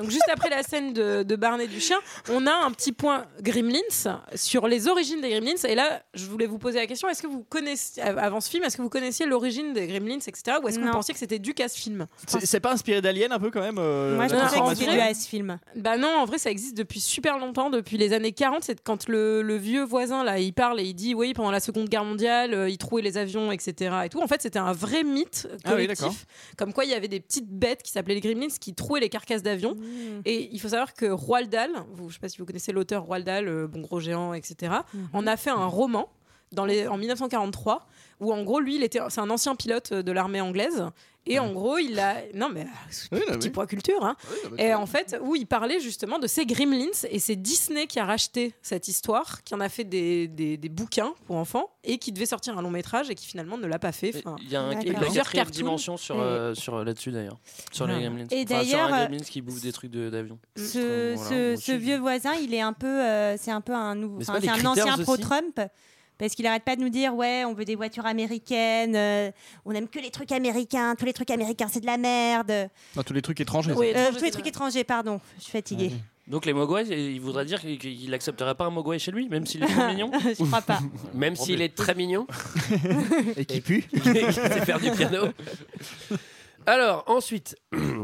donc juste après la scène de, de Barney du chien, on a un petit point Gremlins sur les origines des Gremlins. Et là, je voulais vous poser la question est-ce que vous connaissiez avant ce film, est-ce que vous connaissiez l'origine des Gremlins, etc. Ou est-ce que vous Non. pensiez que c'était dû qu'à ce film C'est c'est pas inspiré d'Alien un peu quand même euh, Moi, je la non, pensais que transformation c'était du ce film. Bah non, en vrai, ça existe depuis super longtemps, depuis les années 40. C'est quand le, le vieux voisin, là, il parle et il dit, oui, pendant la Seconde Guerre mondiale, euh, ils trouaient les avions, etc. Et tout. En fait, c'était un vrai mythe Ah oui, collectif. d'accord. comme quoi, il y avait des petites bêtes qui s'appelaient les gremlins qui trouaient les carcasses d'avions avion. Hmm. Et il faut savoir que Roald Dahl, vous, je ne sais pas si vous connaissez l'auteur Roald Dahl, euh, Bon Gros Géant, etc., en a fait un roman dans les, en 1943 où en gros lui il était c'est un ancien pilote euh, de l'armée anglaise et en gros il a non mais euh, petit point culture hein. et en fait où il parlait justement de ces gremlins et c'est Disney qui a racheté cette histoire qui en a fait des, des- des bouquins pour enfants et qui devait sortir un long métrage et qui finalement ne l'a pas fait Enfin, Il y a un, D'accord. il y a la Plusieurs quatrième cartoons. dimension sur, Et- euh, sur euh, là-dessus d'ailleurs. Sur Ouais. les Gremlins. Et Enfin, sur d'ailleurs, un euh, Gremlins qui bouffe des trucs de- d'avion. Ce, Voilà, ce- moi ce aussi. vieux voisin, il est un peu, euh, c'est un peu un nouveau, Mais c'est enfin, pas c'est les un Critters ancien aussi pro-Trump. Parce qu'il arrête pas de nous dire, ouais, on veut des voitures américaines, euh, on aime que les trucs américains, tous les trucs américains c'est de la merde. Non, tous les trucs étrangers. Euh, ça. tous les trucs étrangers, pardon, je suis fatiguée. Donc les Mogwai, il voudrait dire qu'il- qu'il [laughs] accepterait pas un Mogwai chez lui, même s'il est trop mignon. je crois pas. Même s'il est très mignon. Et qui pue. [laughs] qui sait faire du piano. Alors, ensuite,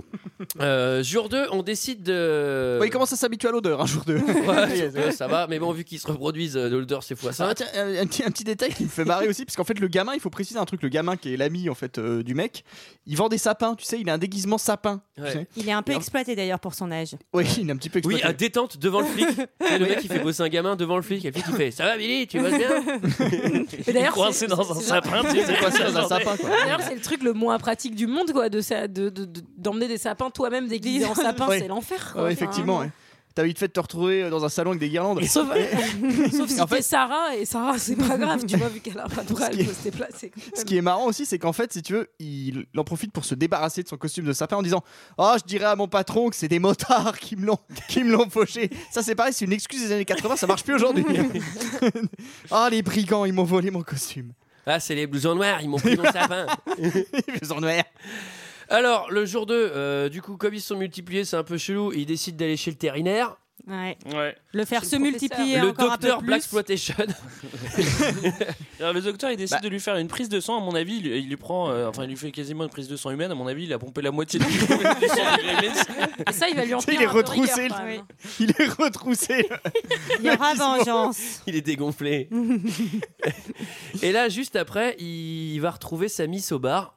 [clears throat] euh, jour 2, on décide de. Ouais, il commence à s'habituer à l'odeur un [laughs] jour de. [laughs] Ouais, jour deux, ça va, mais bon, vu qu'ils se reproduisent euh, de l'odeur, c'est fois 5. Ah, tiens, un, un petit, un petit détail qui me fait marrer aussi, parce qu'en fait le gamin, il faut préciser un truc, le gamin qui est l'ami en fait euh, du mec, il vend des sapins, tu sais, il a un déguisement sapin. Ah, tu Ouais. sais. Il est un peu Non. exploité d'ailleurs pour son âge. Oui, [laughs] il est un petit peu Oui, exploité. à détente devant le [laughs] flic. Et le mec, il fait bosser un gamin devant le flic. Et le flic, il fait Ça va, Billy, tu bosses bien Et Il est d'ailleurs, coincé c'est- dans un c'est- sapin, tu sais, c'est quoi Ouais, c'est ça un genre- sapin quoi. [laughs] D'ailleurs, c'est le truc le moins pratique du monde, quoi, de sa- de- de- de- d'emmener des sapins toi-même [laughs] déguisé en sapin, Ouais. c'est l'enfer, quoi. Ouais, Enfin, effectivement, ouais. T'as vite fait de te retrouver euh, dans un salon avec des guirlandes. [laughs] Sauf, euh, sauf si En fait- t'es Sarah, et Sarah, c'est pas grave, tu vois, vu qu'elle a pas de bras, Ce elle qui peut se déplacer. Ce qui est marrant aussi, c'est qu'en fait, si tu veux, il en profite pour se débarrasser de son costume de sapin en disant Ah, je dirais à mon patron que c'est des motards qui me l'ont, [laughs] qui me l'ont fauché. Ça, c'est pareil, c'est une excuse des années 80, ça marche plus [laughs] aujourd'hui. [laughs] Ah, les brigands, ils m'ont volé [laughs] mon costume. Ah, c'est les blousons noirs, ils m'ont pris mon sapin. Ils en noir. Alors, le jour 2, euh, du coup, comme ils se sont multipliés, c'est un peu chelou. Ils décident d'aller chez le vétérinaire. Ouais. [laughs] Ouais. Le faire se professeur. multiplier Le encore un peu docteur plus. Black Exploitation. Alors, le docteur, il décide Bah. de lui faire une prise de sang. À mon avis, il, il lui prend, euh, enfin, il lui fait quasiment une prise de sang humaine. À mon avis, il a pompé la [laughs] moitié du, du sang des Gremlins. Et Ah, ça, il va lui en Tu sais, faire il est un peu rigueur, retroussé, quand le- même. Il est retroussé. Il y aura vengeance. Il est dégonflé. [laughs] et là, juste après, il va retrouver sa miss au bar. Elle,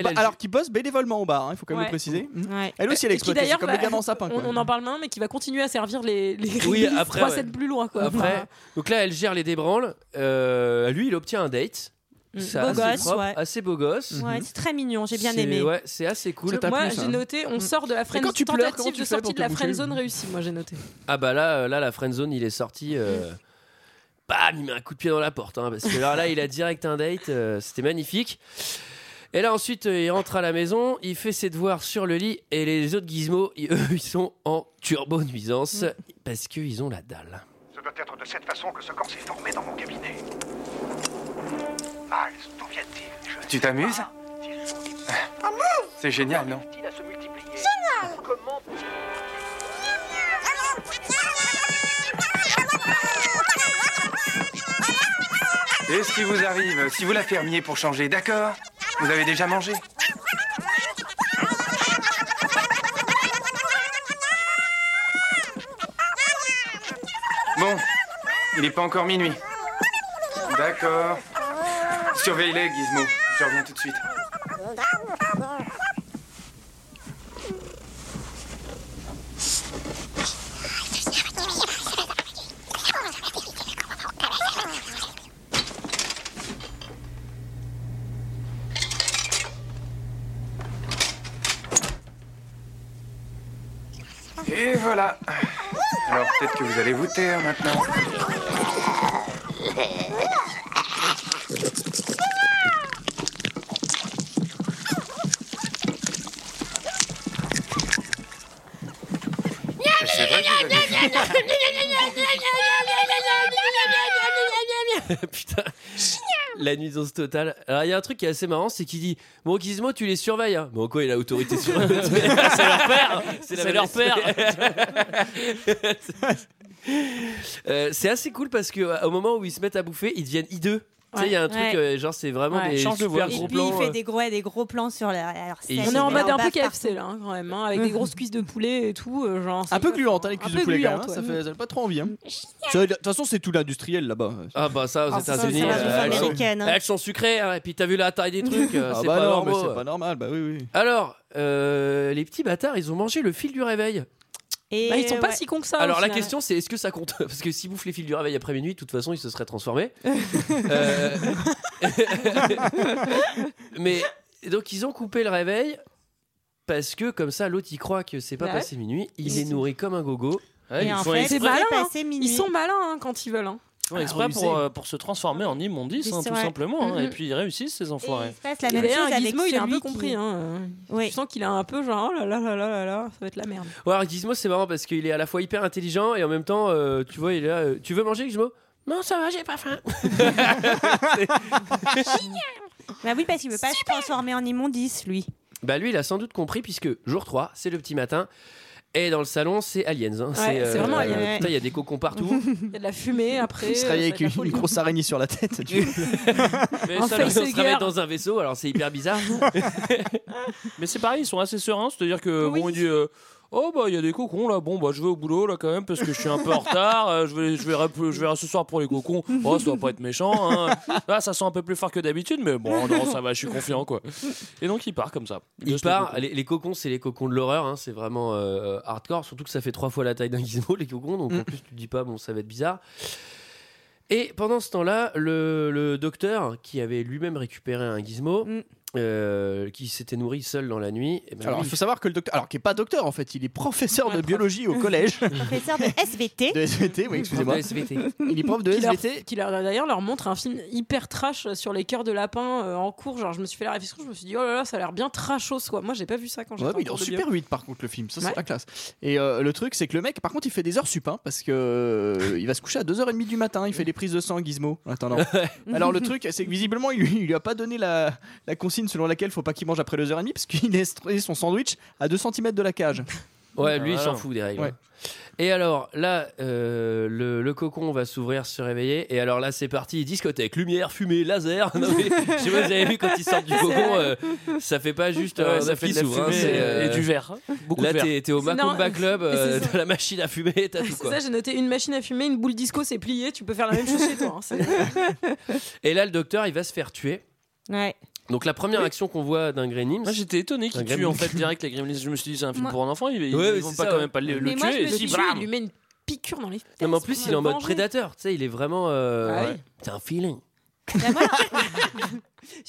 Oh, Bah, elle- Mm. alors qu'il bosse bénévolement au bar, il faut quand même Ouais. le préciser. Ouais. Elle aussi, elle est Et qui, exploitée, c'est d'ailleurs, comme va- le gamin en sapin. On, quoi. on en parle maintenant, mais qui va continuer à servir les, les Oui, griffes après, trois ouais. sets plus loin, quoi. Après, Enfin, donc là, elle gère les débranles. Euh, lui, il obtient un date. Mm. C'est Beau assez gosse, propre, ouais. assez beau gosse. Ouais, c'est très mignon, j'ai bien C'est- aimé. Ouais, c'est assez cool. Ça t'a moi, plu, ça j'ai noté, Mm. on sort de la friend quand tu pleures, comment tentative tu de fais pour sortie te de la boucher friend zone réussie, moi, j'ai noté. Eh, Ah bah là, euh, là, la friendzone, il est sorti. euh, Bam, il met un coup de pied dans la porte. hein, parce que là, là, il a direct un date. euh, C'était magnifique. Et là, ensuite, euh, il rentre à la maison, il fait ses devoirs sur le lit. Et les autres gizmos, ils, [laughs] eux, ils sont en turbo-nuisance. Parce qu'ils ont la dalle. Ce doit être de cette façon que ce corps s'est formé dans mon cabinet. Miles, d'où vient-il Je ne Tu sais t'amuses pas. S'ils sont C'est génial, non utiles à se multiplier. Génial Comment Et ce qui vous arrive, si vous la fermiez pour changer, d'accord Vous avez déjà mangé Bon, il n'est pas encore minuit. D'accord. Surveille-les, Gizmo. Je reviens tout de suite. Et voilà. Alors peut-être que vous allez vous taire maintenant. C'est vrai que vous avez faim. [laughs] Putain, la nuisance totale. Alors, il y a un truc qui est assez marrant, c'est qu'il dit Bon, Gizmo, tu les surveilles. Hein. Bon, quoi, il a autorité sur eux C'est leur père C'est leur père. [laughs] Euh, c'est assez cool parce que euh, au moment où ils se mettent à bouffer, ils deviennent hideux. Tu sais, il y a un truc, Ouais. euh, genre, c'est vraiment Ouais. des Change de super voix. gros Et puis il plans. fait euh. des gros, ouais, des gros plans sur la. alors, Et ça, ils il sont- met On est en en mode un peu bafard. KFC là, hein, quand même, hein, Mm. avec des grosses cuisses de poulet et tout. euh, genre, c'est- Un peu gluante, hein, les cuisses peu de poulet, quand même, gluante, hein, ça ouais. fait ça fait pas trop envie. hein. Ça, De toute façon, c'est tout l'industriel là-bas. Ah bah ça, Oh, aux Ah, ça, États-Unis, c'est la bouffe euh, elles, sont, américaine, hein. elles sont sucrées. hein, et puis t'as vu la taille des trucs, euh, Ah c'est bah pas non, normal. mais c'est pas normal, bah oui, oui. Alors, euh, les petits bâtards, ils ont mangé le fil du réveil. Et Bah, ils sont pas ouais. si cons que ça. au Alors la final. question c'est est-ce que ça compte [laughs] Parce que s'ils bouffent les fils du réveil après minuit, de toute façon ils se seraient [laughs] transformés. Euh, [laughs] Mais donc ils ont coupé le réveil parce que comme ça l'autre il croit que c'est pas Bah passé minuit, il Ils est sont- nourri comme un gogo. Ouais, ils en font fait, ah, exprès, C'est malin, C'est hein. passé minuit. Ils sont malins hein, quand ils veulent. hein. ils font exprès abusés. pour, euh, pour se transformer en immondice, Ils hein, sont- tout ouais. simplement. hein, Mhm. Et puis ils réussissent ces Mm-hmm. Et enfoirés. il se passe la Et même chose d'ailleurs, avec Gizmo, il a un celui peu qui- compris. Hein. euh, Oui. Je sens qu'il a un peu genre, oh là là là là là là, ça va être la [laughs] merde. Ouais, alors Gizmo c'est marrant parce qu'il est à la fois hyper intelligent et en même temps euh, tu vois il est là, euh, tu veux manger Gizmo non, ça va, j'ai pas faim. Bah oui, parce qu'il veut pas se transformer en immondice, [laughs] lui. Bah lui, il a sans doute compris puisque jour 3, c'est le petit matin. Et dans le salon, c'est Aliens. hein. c'est vraiment Aliens. putain, Il y a des cocons partout. Il y a de la fumée après. Il se euh, réveille ça avec va être la une, folie. grosse araignée sur la tête. [laughs] tu vois. Mais, En ça, fait, on le- se c'est réveille guerre. dans un vaisseau, alors c'est hyper bizarre. mais c'est pareil, ils sont assez sereins. C'est-à-dire que, Oui. bon, il dit. euh, Oh bah il y a des cocons là, bon bah je vais au boulot là quand même parce que je suis un peu en retard, Euh, je vais je vais rap- je vais ce soir pour les cocons, oh ça doit pas être méchant, hein. Ah, ça sent un peu plus fort que d'habitude mais bon non ça va, je suis confiant quoi. Et donc il part comme ça. Il Juste part, les les, les cocons, c'est les cocons de l'horreur, hein, c'est vraiment euh, hardcore, surtout que ça fait trois fois la taille d'un [laughs] gizmo, les cocons, donc en plus tu te dis pas, bon, ça va être bizarre. Et pendant ce temps-là, le, le docteur, qui avait lui-même récupéré un gizmo, Mm. euh, qui s'était nourri seul dans la nuit, eh ben, Alors, lui, il faut savoir que le docteur, alors qui est pas docteur en fait, il est professeur de biologie au collège Professeur de SVT. de SVT. Oui, il prend excusez-moi. de SVT. Il est prof de Qui leur- SVT. qui leur- d'ailleurs leur montre un film hyper trash euh, sur les cœurs de lapin euh, en cours. Genre, je me suis fait la réflexion, je me suis dit, oh là là, ça a l'air bien trashos quoi. Moi, j'ai pas vu ça quand j'étais Ouais, mais il est cours en de bio. super 8 par contre le film, ça c'est Ouais. la classe. Et euh, le truc c'est que le mec par contre il fait des heures sup hein, parce que euh, il va se coucher à 2h30 du matin, il fait des prises de sang Gizmo en attendant. [laughs] Alors le truc c'est que visiblement il lui, il lui a pas donné la, la consigne selon laquelle faut pas qu'il mange après 2h30 parce qu'il laisse traîner son sandwich à 2 cm de la cage. Ouais, lui, il Ah, s'en non. fout des règles. Ouais. Et alors, là, euh, le, le cocon va s'ouvrir, se réveiller. Et alors là, c'est parti, discothèque, lumière, fumée, laser. [laughs] Non, mais, je sais pas, vous avez vu quand ils sortent du cocon, euh, ça fait pas juste Ouais, euh, ça un fait de qui la s'ouvre. hein, fumée, c'est, euh, euh, et du verre. Beaucoup Là, de verre. t'es t'es au C'est Macumba normal. Club, euh, C'est ça. de la machine à fumer, t'as tout C'est quoi. ça, j'ai noté une machine à fumer, une boule disco, c'est plié, tu peux faire la même chose chez toi. hein, [laughs] c'est- Et là, le docteur, il va se faire tuer. Ouais. Donc, la première action qu'on voit d'un Grey Nims. Moi j'étais étonné Un qu'il tue gremlin. en fait direct les gremlins. Je me suis dit c'est un film Moi- pour un enfant, ils, ils Ouais, vont c'est pas ça, quand ouais. même pas le, le mais moi, tuer. je me suis Si, dit, blam. il lui met une piqûre dans les fesses. Non, mais en pour plus, le il est en mode venger. prédateur, tu sais, il est vraiment. Ah Euh... oui. ouais. C'est un feeling. Bah, moi, [laughs]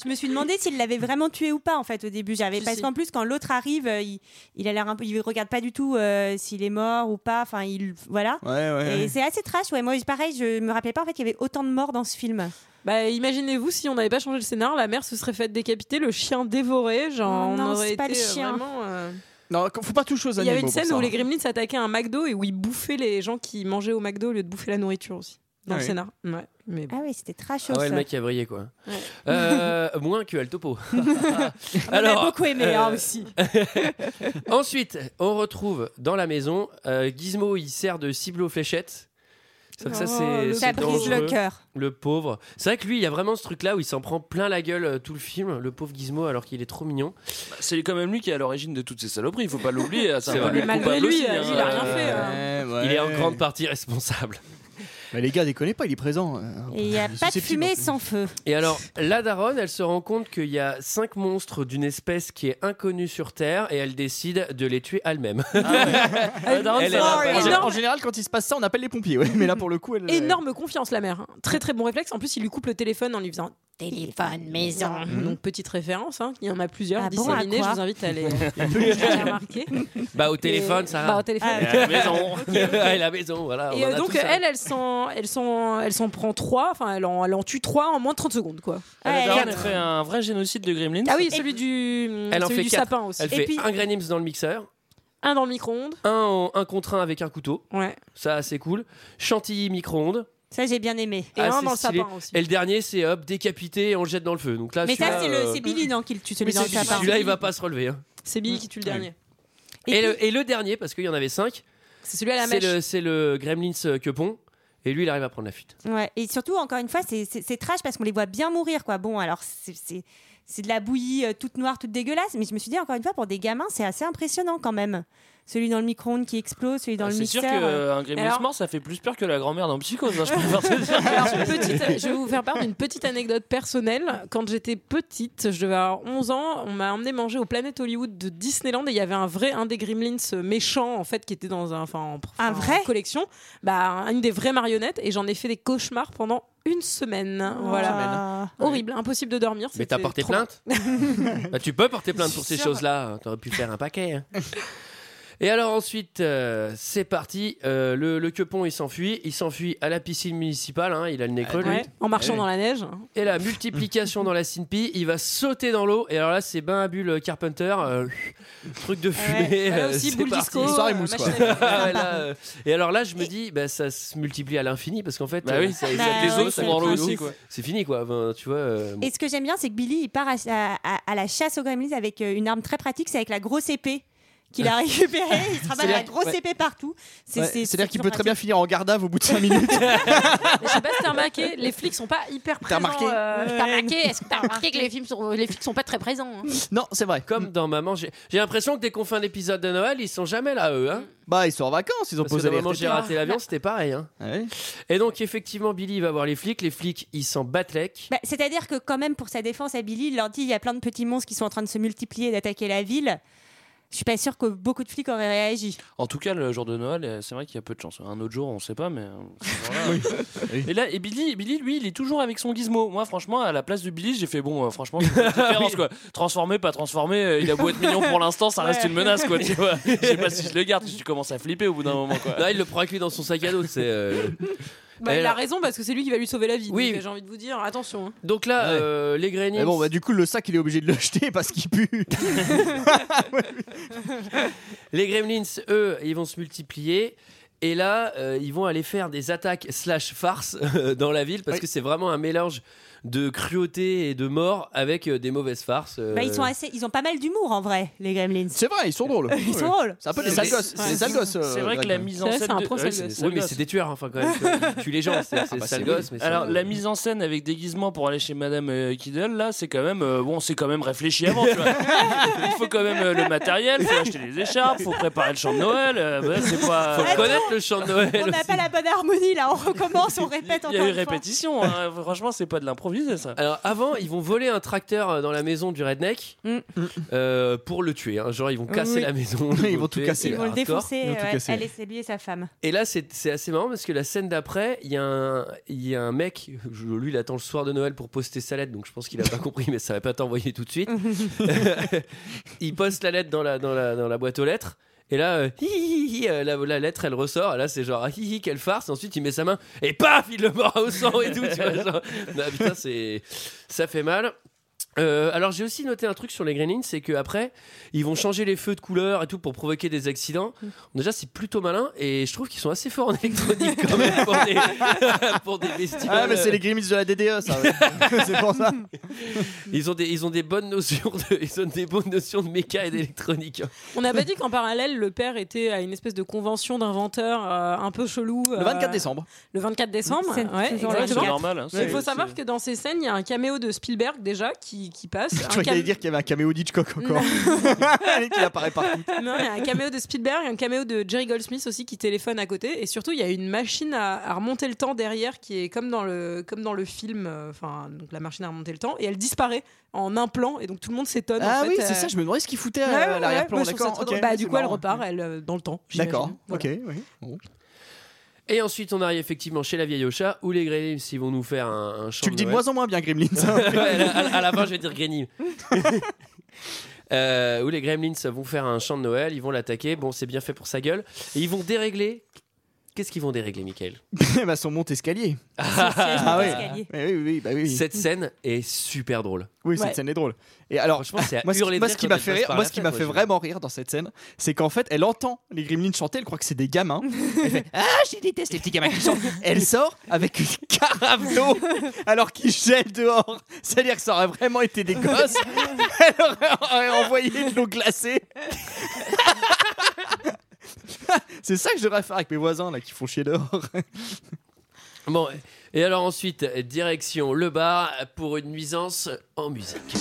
je me suis demandé s'il l'avait vraiment tué ou pas en fait au début. J'avais Si, parce si. qu'en plus quand l'autre arrive, euh, il, il a l'air un peu, il regarde pas du tout euh, s'il est mort ou pas. Enfin, il voilà. Ouais ouais. Et c'est assez trash. Ouais, moi pareil, je me rappelais pas en fait qu'il y avait autant de morts dans ce film. Bah, imaginez-vous si on n'avait pas changé le scénar, la mère se serait faite décapiter, le chien dévoré, genre Oh non, on c'est aurait pas été le euh, chien. vraiment, euh, Non, faut pas toucher aux Il y animaux. avait une pour scène ça. hein. où les gremlins s'attaquaient à un McDo et où ils bouffaient les gens qui mangeaient au McDo au lieu de bouffer la nourriture aussi. Dans Ah le oui. scénar. Ouais, mais bon. Ah oui, c'était trash. Ah ouais, le ça. mec, il a brillé quoi. Ouais. Euh, moins que Al [laughs] Topo. On a Ah, beaucoup aimé hein, euh, aussi. Ensuite, on retrouve dans la maison euh, Gizmo, il sert de cible aux fléchettes. Sauf que ça, Oh, c'est le- c'est Ça brise dangereux. le cœur. Le pauvre. C'est vrai que lui, il y a vraiment ce truc-là où il s'en prend plein la gueule euh, tout le film, le pauvre Gizmo, alors qu'il est trop mignon. C'est quand même lui qui est à l'origine de toutes ces saloperies, il faut pas l'oublier. hein, C'est C'est un vrai. peu Mais le malgré coupable lui, aussi, euh, hein. il a rien Euh, fait, hein. Ouais, Il est en ouais. grande partie responsable. Mais les gars, déconnez pas, il est présent. Euh, Et il n'y a Il est pas de susceptible, en fumée fait. sans feu. Et alors, la daronne, elle se rend compte qu'il y a cinq monstres d'une espèce qui est inconnue sur Terre et elle décide de les tuer elle-même. [laughs] Ah, Daron, Elle ça est va là, pas. En, Énorme. gé- en général, quand il se passe ça, on appelle les pompiers. ouais, Mais là, pour le coup, elle. Énorme confiance, la mère. hein. Très très bon réflexe. En plus, il lui coupe le téléphone en lui faisant Téléphone, maison. Mmh. Donc, petite référence, hein. il y en a plusieurs Ah bon, disséminées. à quoi je vous invite [laughs] à les, à les remarquer. bah, au téléphone, Et- ça. Bah, au téléphone. Ah, À la maison. [laughs] à la maison, voilà. Et on en euh, a donc, tous un. elle, elle s'en, elle s'en, elle s'en prend trois. Enfin, elle en, elle en tue trois en moins de 30 secondes, quoi. Ah, Ouais, Daron et- a fait un vrai génocide de gremlins. Ah oui, celui du, Elle en celui fait du quatre. sapin aussi. Elle Et fait puis- un Grenims dans le mixeur, Un dans le micro-ondes. un, en- un contre un avec un couteau, Ouais. ça c'est cool. Chantilly micro-ondes. Ça, j'ai bien aimé. Et Ah, un c'est dans le stylé. sapin aussi. Et le dernier c'est hop, décapité et on le jette dans le feu. Donc là, Mais ça, celui-là, c'est le- euh, c'est Billy non, qui le tue, Mais celui dans le c'est- sapin. celui-là, il va pas se relever. hein. C'est Billy qui tue le dernier. Et, le, et le dernier, parce qu'il y en avait cinq, C'est celui à la c'est mèche. le, c'est le Gremlins euh, que pont. Et lui, il arrive à prendre la fuite. Ouais. Et surtout, encore une fois, c'est- c'est c'est trash parce qu'on les voit bien mourir, quoi. Bon, alors, c'est- c'est c'est de la bouillie euh, toute noire, toute dégueulasse. Mais je me suis dit, encore une fois, pour des gamins, c'est assez impressionnant quand même. Celui dans le micro-ondes qui explose, celui dans Ah, le C'est sûr mixeur. qu'un euh. Alors- grémissement, ça fait plus peur que la grand-mère dans Psychose. hein, je préfère te dire. [laughs] Alors, petite- je vais vous faire part d'une petite anecdote personnelle. Quand j'étais petite, je devais avoir 11 ans, on m'a emmené manger au Planet Hollywood de Disneyland et il y avait un vrai, un des Gremlins euh, méchants en fait qui était dans un, enfin, en- Un en vrai collection, bah une des vraies marionnettes et j'en ai fait des cauchemars pendant une semaine. Voilà, Ah. horrible, impossible de dormir. Mais t'as c'était porté [laughs] trop- plainte Bah, Tu peux porter plainte pour Je ces suis sûre. choses-là. T'aurais pu faire un paquet. hein. Et alors ensuite, euh, c'est parti. Euh, le, le quepon, il s'enfuit. Il s'enfuit à la piscine municipale. hein. Il a le Ah nez creux, lui. Ouais, en marchant Ouais. dans la neige. Et la multiplication dans la Sinpi, il va sauter dans l'eau. Et alors là, c'est bain à bulle Carpenter, euh, truc de fumée. Là euh, aussi, c'est boule parti. disco, L'histoire est euh, mousse, quoi. machine à laver. Ah [laughs] ouais, là, euh, et alors là, je me dis, bah, ça se multiplie à l'infini parce qu'en fait, euh, Bah oui, ça- Bah, les ouais, autres sont dans l'eau c'est aussi. ouf. quoi. c'est fini quoi. Ben, tu vois, euh, bon. Et ce que j'aime bien, c'est que Billy, il part à, à- à la chasse aux gremlins avec euh, une arme très pratique, c'est avec la grosse épée [laughs] qu'il a récupérée. Il se ramène C'est-à-dire- la grosse ouais. épée partout. C'est- Ouais, c'est- C'est-à-dire c'est qu'il toujours peut très bien finir en garde à vue au bout de 5 [laughs] minutes. Ah, Mais Je sais pas si t'as remarqué, les flics sont pas hyper présents. T'as remarqué euh, Ouais. T'as remarqué Est-ce que t'as remarqué que les, films sont... euh, les flics sont pas très présents hein non, c'est vrai. comme dans Maman, j'ai j'ai l'impression que dès qu'on fait un épisode de Noël, ils sont jamais là eux. Hein Bah, ils sont en vacances, ils ont Parce que posé dans les Ah Maman, RTT. j'ai raté l'avion, c'était pareil. hein. Ouais. Et donc effectivement, Billy va voir les flics. Les flics, ils s'en battent lec. Bah, C'est-à-dire que quand même, pour sa défense à Billy, il leur dit il y a plein de petits monstres qui sont en train de se multiplier et d'attaquer la ville. Je suis pas sûre que beaucoup de flics auraient réagi. [laughs] En tout cas, le jour de Noël, euh, c'est vrai qu'il y a peu de chance. Un autre jour, on sait pas, mais. euh, ce [laughs] jour-là, euh, Oui. Et là, et Billy, Billy, lui, il est toujours avec son gizmo. Moi, franchement, à la place de Billy, j'ai fait bon, euh, franchement, c'est une différence quoi. Transformé, pas transformé, euh, il a beau être mignon pour l'instant, ça reste Ouais. une menace quoi, tu vois. Je sais pas si je le garde, je commence à flipper au bout d'un moment quoi. Là, il le prend avec lui dans son sac à dos. c'est, euh, Bah, il a Alors- raison parce que c'est lui qui va lui sauver la vie. Oui. donc, euh, j'ai envie de vous dire, attention. hein. Donc là, Ouais. euh, les Gremlins. Mais bon, bah, du coup, le sac, il est obligé de le jeter parce qu'il pue. Les Gremlins, eux, ils vont se multiplier. Et là, euh, ils vont aller faire des attaques slash farces euh, dans la ville parce Oui. que c'est vraiment un mélange de cruauté et de mort avec euh, des mauvaises farces. euh. Bah, ils, sont assez, ils ont pas mal d'humour en vrai, les gremlins. [laughs] C'est vrai, ils sont drôles. Ils sont drôles. C'est un peu des C'est- sales gosses. c'est- C'est des sales gosses. C'est euh, vrai que la mise en C'est vrai, scène. c'est un de- pro, ouais, ça, le c'est gosse. des sales Oui, mais gosses. c'est des tueurs, hein. enfin quand même. tu les gens, c'est des bah, sales c'est- gosses. Mais c'est- Alors la mise en scène avec des déguisements pour aller chez Madame euh, Kiddle, là, c'est quand même euh, bon, c'est quand même réfléchi avant. Tu vois. Il faut quand même euh, le matériel, faut acheter les écharpes, faut préparer le chant de Noël. euh, bah, c'est pas. faut connaître le chant de Noël. On n'a aussi. pas la bonne harmonie là, on recommence, [laughs] on répète Il encore y a eu une fois. répétition. hein. Franchement, c'est pas de l'improviser ça. Alors avant, ils vont voler un tracteur euh, dans la maison du redneck Mm. euh, pour le tuer. hein. Genre, ils vont casser Oui. la [laughs] maison. Ils le vont tout tuer, casser. Ils vont le hardcore. défoncer, Ils vont tout ouais, casser. elle et c'est lui et sa femme. Et là, c'est c'est assez marrant parce que la scène d'après, il y, a un- il y a un mec, je- lui, il attend le soir de Noël pour poster sa lettre, donc je pense qu'il a pas [laughs] compris, mais ça va pas t'envoyer tout de suite. [laughs] il poste la lettre dans la, dans la, dans la boîte aux lettres. Et là, euh, hi, hi, hi, euh, la, la lettre, elle ressort. Et là, c'est genre, ah, hi, hi, quelle farce. Ensuite, il met sa main et paf, il le mord au sang et tout. tu vois, genre. Non, putain, c'est- ça fait mal. Euh, alors, j'ai aussi noté un truc sur les Gremlins c'est qu'après, ils vont changer les feux de couleur et tout pour provoquer des accidents. Mm. Déjà, c'est plutôt malin et je trouve qu'ils sont assez forts en électronique quand même pour des, [laughs] pour des bestioles. Ah, mais c'est les Grimmins de la DDE, ça. [laughs] ouais. c'est pour ça. ils, ont des, ils ont des bonnes notions de, ils ont des bonnes notions de méca et d'électronique. On n'a pas dit qu'en parallèle, le père était à une espèce de convention d'inventeurs euh, un peu chelou. Le 24 décembre. Le 24 décembre. C'est- ouais, c'est toujours Ouais, c'est exactement. normal. hein. Il C'est- faut savoir que dans ces scènes, il y a un caméo de Spielberg déjà qui, qui passe. [laughs] [laughs] Tu Un vois qu'il cam- allait dire qu'il y avait un caméo d'Hitchcock encore. [laughs] Qui apparaît partout. [laughs] Non, il y a un caméo de Spielberg, un caméo de Jerry Goldsmith aussi qui téléphone à côté. Et surtout, il y a une machine à, à remonter le temps derrière qui est comme dans le, comme dans le film, euh, enfin, donc la machine à remonter le temps. Et elle disparaît en un plan. Et donc tout le monde s'étonne. en Ah fait, oui, euh, c'est ça, je me demandais ce qu'il foutait Ouais, ouais, à ouais, l'arrière-plan. moi, je trouve ça D'accord, trop drôle. ok, Bah, c'est du coup, elle marrant. repart, elle, euh, dans le temps. j'imagine. D'accord, Voilà. ok, oui. Bon. Et ensuite, on arrive effectivement chez la vieille Ocha où les Gremlins ils vont nous faire un, un chant Tu le de dis de Noël. [laughs] moins en moins bien, Gremlins. [laughs] [laughs] hein. Ouais, à, la- à la fin, je vais dire Gremlins. [laughs] Euh, où les Gremlins vont faire un chant de Noël, ils vont l'attaquer. Bon, c'est bien fait pour sa gueule. Et ils vont dérégler. Qu'est-ce qu'ils vont dérégler, Michael Eh bah, son monte-escalier. Ah Ah oui. Eh oui, oui, oui, bah oui. oui. Cette scène est super drôle. Oui, cette Ouais. scène est drôle. Et alors, Franchement, c'est à moi, ce hurler de qui, moi, rire ce qui quand m'a elle fait passe rire, par moi, la ce qui fenêtre, m'a moi, fait je- vraiment rire dans cette scène, c'est qu'en fait, elle entend les gremlins chanter, elle croit que c'est [laughs] des gamins. Elle fait Ah, je les déteste les petits gamins qui chantent. Elle sort avec une carafe d'eau alors qu'ils gèlent dehors. C'est-à-dire que ça aurait vraiment été des gosses. Elle aurait aurait envoyé de l'eau glacée. [laughs] c'est ça que je devrais faire avec mes voisins là qui font chier dehors. Bon, et alors ensuite, direction le bar pour une nuisance en musique.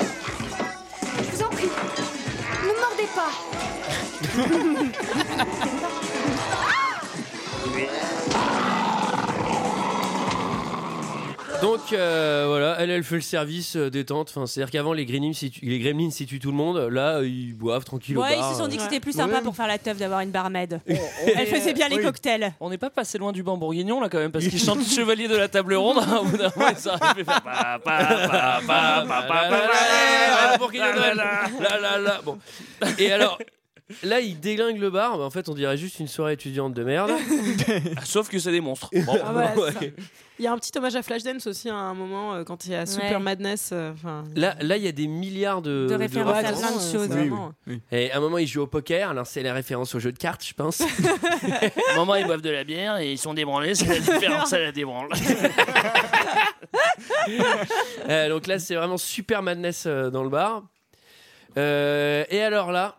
Je vous en prie, ne me mordez pas. Donc euh, voilà, elle, elle fait le service euh, détente. Enfin, c'est-à-dire qu'avant les Gremlins situent, les Gremlins situent tout le monde. Là, euh, ils boivent tranquille au Ouais, ils bar. euh. se sont dit que c'était plus sympa pour faire la teuf d'avoir une barmaid. Oh, Elle faisait bien les cocktails. On n'est pas passé loin du ban bourguignon là quand même parce qu'ils chantent Chevalier de la table ronde. Au bout d'un moment, ils sont arrivés à faire pa, pa, pa, pa, pa, pa, pa. Ah, pour qu'il y ait Noël. Là, là, là. Bon. Et [laughs] alors, là, ils déglinguent le bar. Bah, en fait, on dirait juste une soirée étudiante de merde. Sauf que c'est des monstres. Bon. Ah, [laughs] voilà, c'est Ouais. ça. Il y a un petit hommage à Flashdance aussi à un moment euh, quand il y a Super Ouais. Madness. euh, enfin, Là, là, il y a des milliards de, De références à plein de choses, Oui, vraiment. Et à un moment, ils jouent au poker. Là, c'est les références au jeu de cartes, je [laughs] pense. Maman, ils boivent de la bière et ils sont débranlés. C'est la différence à la débranle. Euh, donc là, c'est vraiment super madness euh, dans le bar. Euh, et alors là,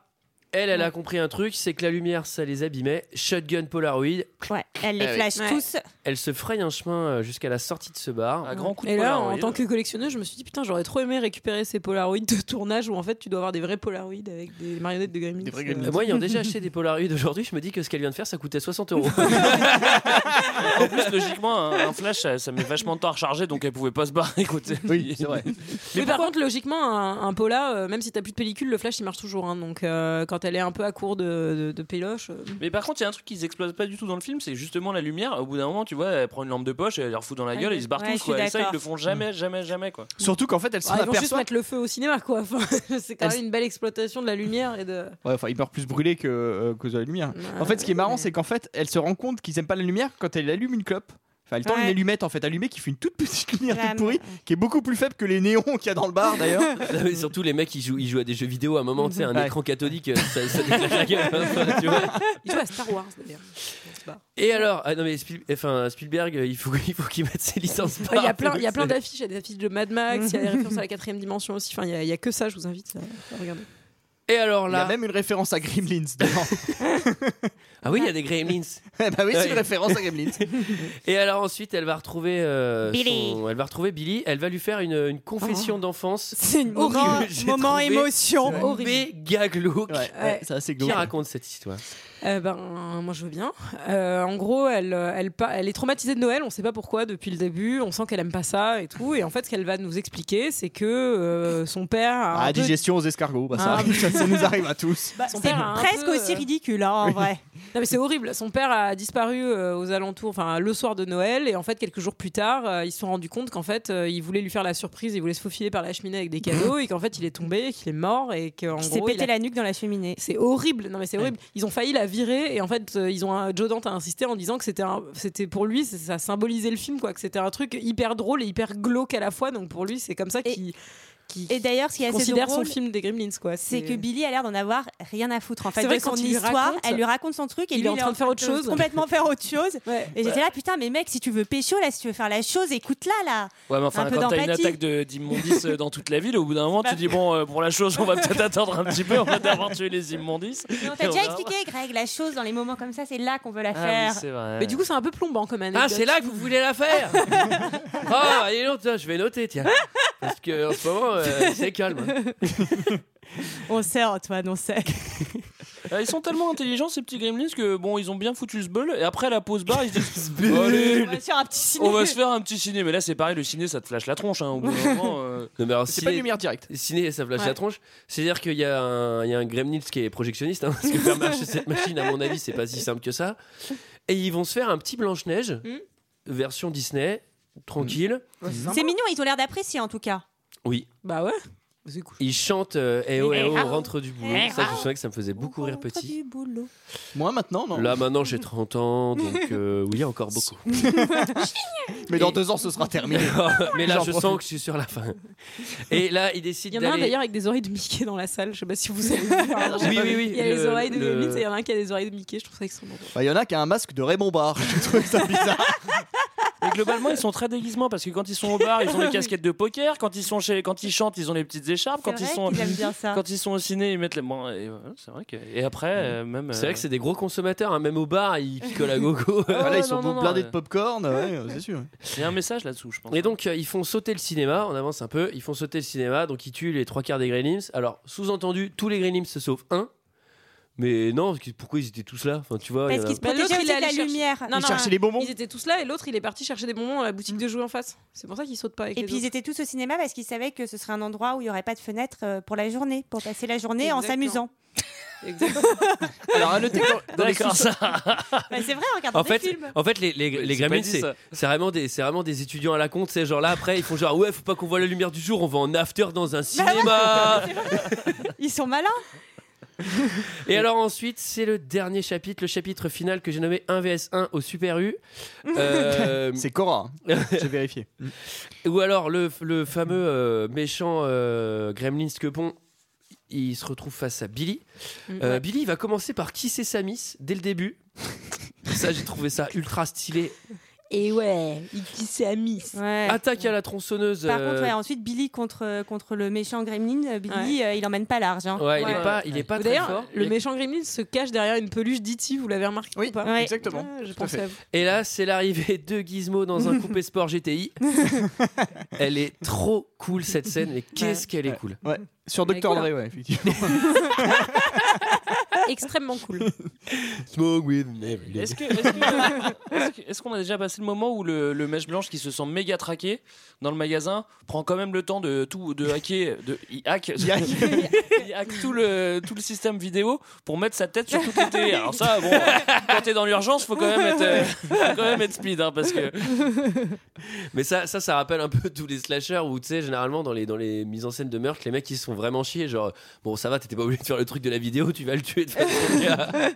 elle, elle a compris un truc, c'est que la lumière, ça les abîmait. Shotgun Polaroid. Ouais, elle Eh les flash [laughs] tous. Elle se fraye un chemin euh, jusqu'à la sortie de ce bar. Un grand coup Et là, en tant que collectionneuse, je me suis dit putain, j'aurais trop aimé récupérer ces Polaroids de tournage où en fait tu dois avoir des vrais Polaroids avec des marionnettes de Gremlins. euh. Moi, ayant déjà acheté des Polaroids aujourd'hui, je me dis que ce qu'elle vient de faire, ça coûtait 60 euros. [laughs] En plus, logiquement, un, un flash, ça, ça met vachement de temps à recharger, donc elle pouvait pas se barrer. Écoutez, [laughs] oui, c'est vrai. Mais par contre, logiquement, un, un Pola, euh, même si t'as plus de pellicule, le flash il marche toujours. hein. donc euh, quand elle est un peu à court de, de, de péloche. euh, Mais par contre, il y a un truc qu'ils exploitent pas du tout dans le film, c'est justement la lumière. Au bout d'un moment, tu vois, elle prend une lampe de poche, elle leur fout dans la gueule, et ils se barrent Ouais, je tous. suis Quoi. Et ça, d'accord. ils le font jamais, jamais, jamais. Quoi. Surtout qu'en fait, elle s'en ah, ils vont juste aperçoit. mettre le feu au cinéma, quoi. [laughs] Enfin, c'est quand même une belle exploitation de la lumière et de. Ouais, enfin, ils meurent plus brûlés que euh, à cause de la lumière. Ah, en fait, ce qui est marrant, c'est qu'en fait, elle se rend compte qu'ils aiment pas la lumière quand elle allume une clope. Enfin, elle tend une Ouais. allumette en fait allumée qui fait une toute petite [laughs] lumière Ouais, toute pourrie qui est beaucoup plus faible que les néons qu'il y a dans le bar d'ailleurs. Non, mais Ah bah surtout, les mecs, ils jouent, ils jouent à des jeux vidéo à un moment, tu sais, un Ouais. écran cathodique, euh, ça, ça déclenche la gueule. hein, Enfin, tu vois. Ils jouent à Star Wars d'ailleurs. Et alors, ah non, mais Spiel- enfin, Spielberg, euh, il faut, [laughs] il faut qu'il mette ses licences. Enfin, Il y a par- plein, il y a plein d'affiches, il y a des affiches de Mad Max, il [laughs] y a des références à la quatrième dimension aussi. Enfin, il y a- il y, a que ça. Je vous invite euh, à, à regarder. Et alors Il y a là. même une référence à Gremlins dedans. Ah oui, il y a des Gremlins. Eh bah oui, c'est Ouais. une référence à Gremlins. Et alors ensuite, elle va retrouver euh, Billy. Oh. son- elle va retrouver Billy. Elle va lui faire une, une confession d'enfance. C'est une Horrible, moment, j'ai moment trouvé. émotion. Oh, Méga glauque. Ouais, ouais, c'est assez Qui glauque. raconte cette histoire Euh, ben, moi je veux bien. Euh, en gros, elle, euh, elle, pa- elle est traumatisée de Noël, on sait pas pourquoi depuis le début, on sent qu'elle aime pas ça et tout. Et en fait, ce qu'elle va nous expliquer, c'est que euh, son père. A un Ah, la peu- digestion aux escargots, bah ça, Ah. arrive, ça, ça nous arrive à tous. Bah, Son c'est père a un presque peu, aussi euh, ridicule, hein, en vrai. Non, mais c'est horrible. Son père a disparu euh, aux alentours, enfin le soir de Noël. Et en fait, quelques jours plus tard, euh, ils se sont rendus compte qu'en fait, euh, il voulait lui faire la surprise, il voulait se faufiler par la cheminée avec des cadeaux et qu'en fait, il est tombé, qu'il est mort et qu'en Qui s'est gros, il pété a la nuque dans la cheminée. C'est horrible. Non mais c'est horrible. Ils ont failli la virer et en fait euh, ils ont un- Joe Dante a insisté en disant que c'était un- c'était pour lui c'est- ça symbolisait le film quoi que c'était un truc hyper drôle et hyper glauque à la fois donc pour lui c'est comme ça qu'il qu'il Et d'ailleurs, ce qui est assez considère son drôle, film des Gremlins quoi. c'est que Billy a l'air d'en avoir rien à foutre. En fait, C'est vrai de que quand son il lui histoire, raconte, elle lui raconte son truc et il lui, est en train de faire autre chose. complètement faire autre chose. [laughs] Ouais. Et j'étais là, putain, mais mec, si tu veux pécho, là, si tu veux faire la chose, écoute-la, [laughs] là. Ouais, mais enfin, Un peu quand t'as une d'empathie. attaque de- d'immondices euh, dans toute la ville, au bout d'un moment, tu dis Bon, euh, pour la chose, on va peut-être attendre un petit [laughs] peu, on va d'abord tuer les immondices. on Et t'a on déjà verra. expliqué, Greg, la chose dans les moments comme ça, c'est là qu'on veut la Ah faire. oui, c'est vrai. Mais du coup c'est un peu plombant comme anecdote. Ah, c'est là que vous voulez la [laughs] faire Ah, et non, tiens, je vais noter, tiens. Parce que en ce moment, euh, c'est calme. on sait, Antoine, on sait. Euh, Ils sont tellement intelligents ces petits gremlins que bon, ils ont bien foutu ce bol. Et après la pause bar, ils se disent Allez, On va se faire un petit ciné. on va se faire un petit ciné. Mais là, c'est pareil, le ciné, ça te flash la tronche. Hein, au bout d'un [laughs] moment, euh. Non, mais alors, C'est pas une ciné, lumière directe. ciné, ça flash Ouais. la tronche. C'est-à-dire qu'il y, a un- il y a un Gremlins qui est projectionniste, hein, parce que faire marcher [laughs] cette machine, à mon avis, c'est pas si simple que ça. Et ils vont se faire un petit Blanche-Neige, Hmm. Mm. version Disney, tranquille. Mhm. C'est mignon, ils ont l'air d'apprécier en tout cas. Oui, Bah ouais. C'est cool. ils chantent euh, Eh oh, eh ah. oh, rentre du boulot. Eh Ça, je me souviens que ça me faisait beaucoup rire petit. Moi maintenant, non. Là, maintenant, j'ai 30 [laughs] ans, donc euh, oui, encore beaucoup. Mais dans deux ans, ce [laughs] sera terminé. Mais là, J'en je profite. sens que je suis sur la fin. Et là, ils Il décident y en a un d'aller. d'ailleurs avec des oreilles de Mickey dans la salle. Je sais pas si vous [laughs] avez vu. pardon. Oui, oui, oui. Il y a les le- oreilles de le- Gremlins et il y en a un qui a des oreilles de Mickey. Je trouve ça extrêmement drôle. Bah, y en a qui a un masque de Raymond Barre. Je trouve ça bizarre. Et globalement, ils sont très déguisements parce que quand ils sont au bar, ils ont les casquettes de poker. Quand ils sont chez, quand ils chantent, ils ont les petites écharpes. Quand C'est ils vrai sont, qu'ils aiment bien ça. quand ils sont au ciné, ils mettent les. Bon, et voilà, c'est vrai que. Et après, euh, même. C'est vrai que euh, c'est des gros consommateurs, hein, même au bar, [laughs] ils picolent à gogo. Voilà, ouais, ils sont Oh, non, non, blindés non, de popcorn. ouais, euh, c'est sûr. Il y a un message là-dessous, je pense. Et donc, euh, ils font sauter le cinéma, on avance un peu, ils font sauter le cinéma, donc ils tuent les trois quarts des Gremlins. Alors, sous-entendu, tous les Gremlins se sauvent un. Mais non, parce que pourquoi ils étaient tous là Enfin, tu vois, euh, il y Parce en a- qu'ils se Bah, l'autre, protégeaient il aussi de la est allé chercher. lumière. Non, ils non, cherchaient les bonbons. Ils étaient tous là et l'autre il est parti chercher des bonbons à la boutique de jouets en face. C'est pour ça qu'il saute pas avec Et les puis ils autres. étaient tous au cinéma parce qu'ils savaient que ce serait un endroit où il n'y aurait pas de fenêtre euh, pour la journée, pour passer la journée en Exactement. s'amusant. [laughs] Exactement. Alors, à noter que dans les D'accord, [laughs] sous- ça. Bah, c'est vrai, regarde En des fait, films. en fait, les, les, les C'est pas Gremlins, dit, c'est ça. c'est vraiment, des- c'est vraiment des étudiants à la con, ces genre là, après, ils font genre, ouais, faut pas qu'on voit la lumière du jour, on va en after dans Bah un cinéma. Ils sont malins. Et alors ensuite, c'est le dernier chapitre, le chapitre final que j'ai nommé 1 vs 1 au Super [laughs] U. Euh, C'est Cora. hein. [laughs] J'ai vérifié. Ou alors le, le fameux euh, méchant euh, Gremlin Skepon, il se retrouve face à Billy. Euh, Billy, il va commencer par kisser sa miss dès le début. ça, j'ai trouvé ça ultra stylé. Et ouais, il kissait à Miss. Ouais. Attaque à la tronçonneuse. Par euh, contre, ouais, ensuite Billy contre, euh, contre le méchant Gremlin, euh, Billy euh, il emmène pas large. hein. ouais, il est Ouais. pas, il est pas très D'ailleurs, fort. le méchant Gremlin se cache derrière une peluche d'E.T. Vous l'avez remarqué Oui, ou pas Ouais. exactement. Ah, Tout je à pensais fait. [laughs] à vous. Et là, c'est l'arrivée de Gizmo dans un coupé sport GTI. Elle est trop cool cette scène, mais qu'est-ce qu'elle est cool. Ouais. Sur Mais Dr. cool, hein. Dre, ouais, [laughs] effectivement. Extrêmement cool. Est-ce que- est-ce [laughs] que- est-ce que- est-ce qu'on a déjà passé le moment où le, le mèche blanche qui se sent méga traqué dans le magasin prend quand même le temps de tout de hacker de il hack, Il hack. il hack tout le tout le système vidéo pour mettre sa tête sur toutes les télés. Alors ça bon quand t'es dans l'urgence faut quand même être euh, faut quand même être speed hein, parce que Mais ça, ça, ça rappelle un peu tous les slashers où, tu sais, généralement, dans les, dans les mises en scène de meurtre, les mecs, ils se font vraiment chier. Genre, bon, ça va, t'étais pas obligé de faire le truc de la vidéo, tu vas le tuer de façon générale.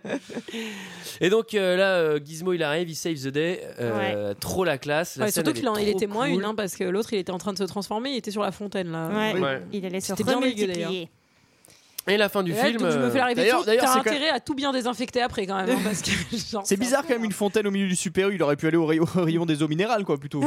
Et donc, euh, là, euh, Gizmo, il arrive, il save the day. euh, Trop la classe. La Ouais, scène, surtout elle qu'il en- est il trop était moins cool. une, hein, parce que l'autre il était en train de se transformer, il était sur la fontaine là. Ouais. Ouais. Il allait se C'était bien dégueu, d'ailleurs. remultiplier. Et la fin du Et là, film. donc, je me fais la euh, réflexion, d'ailleurs- d'ailleurs, t'as c'est quand- intérêt à tout bien désinfecter après quand même, hein, parce que [laughs] genre, C'est bizarre quand même une fontaine au milieu du Super U. Il aurait pu aller [laughs] au rayon, au rayon des eaux minérales, quoi, [laughs] Bah plutôt.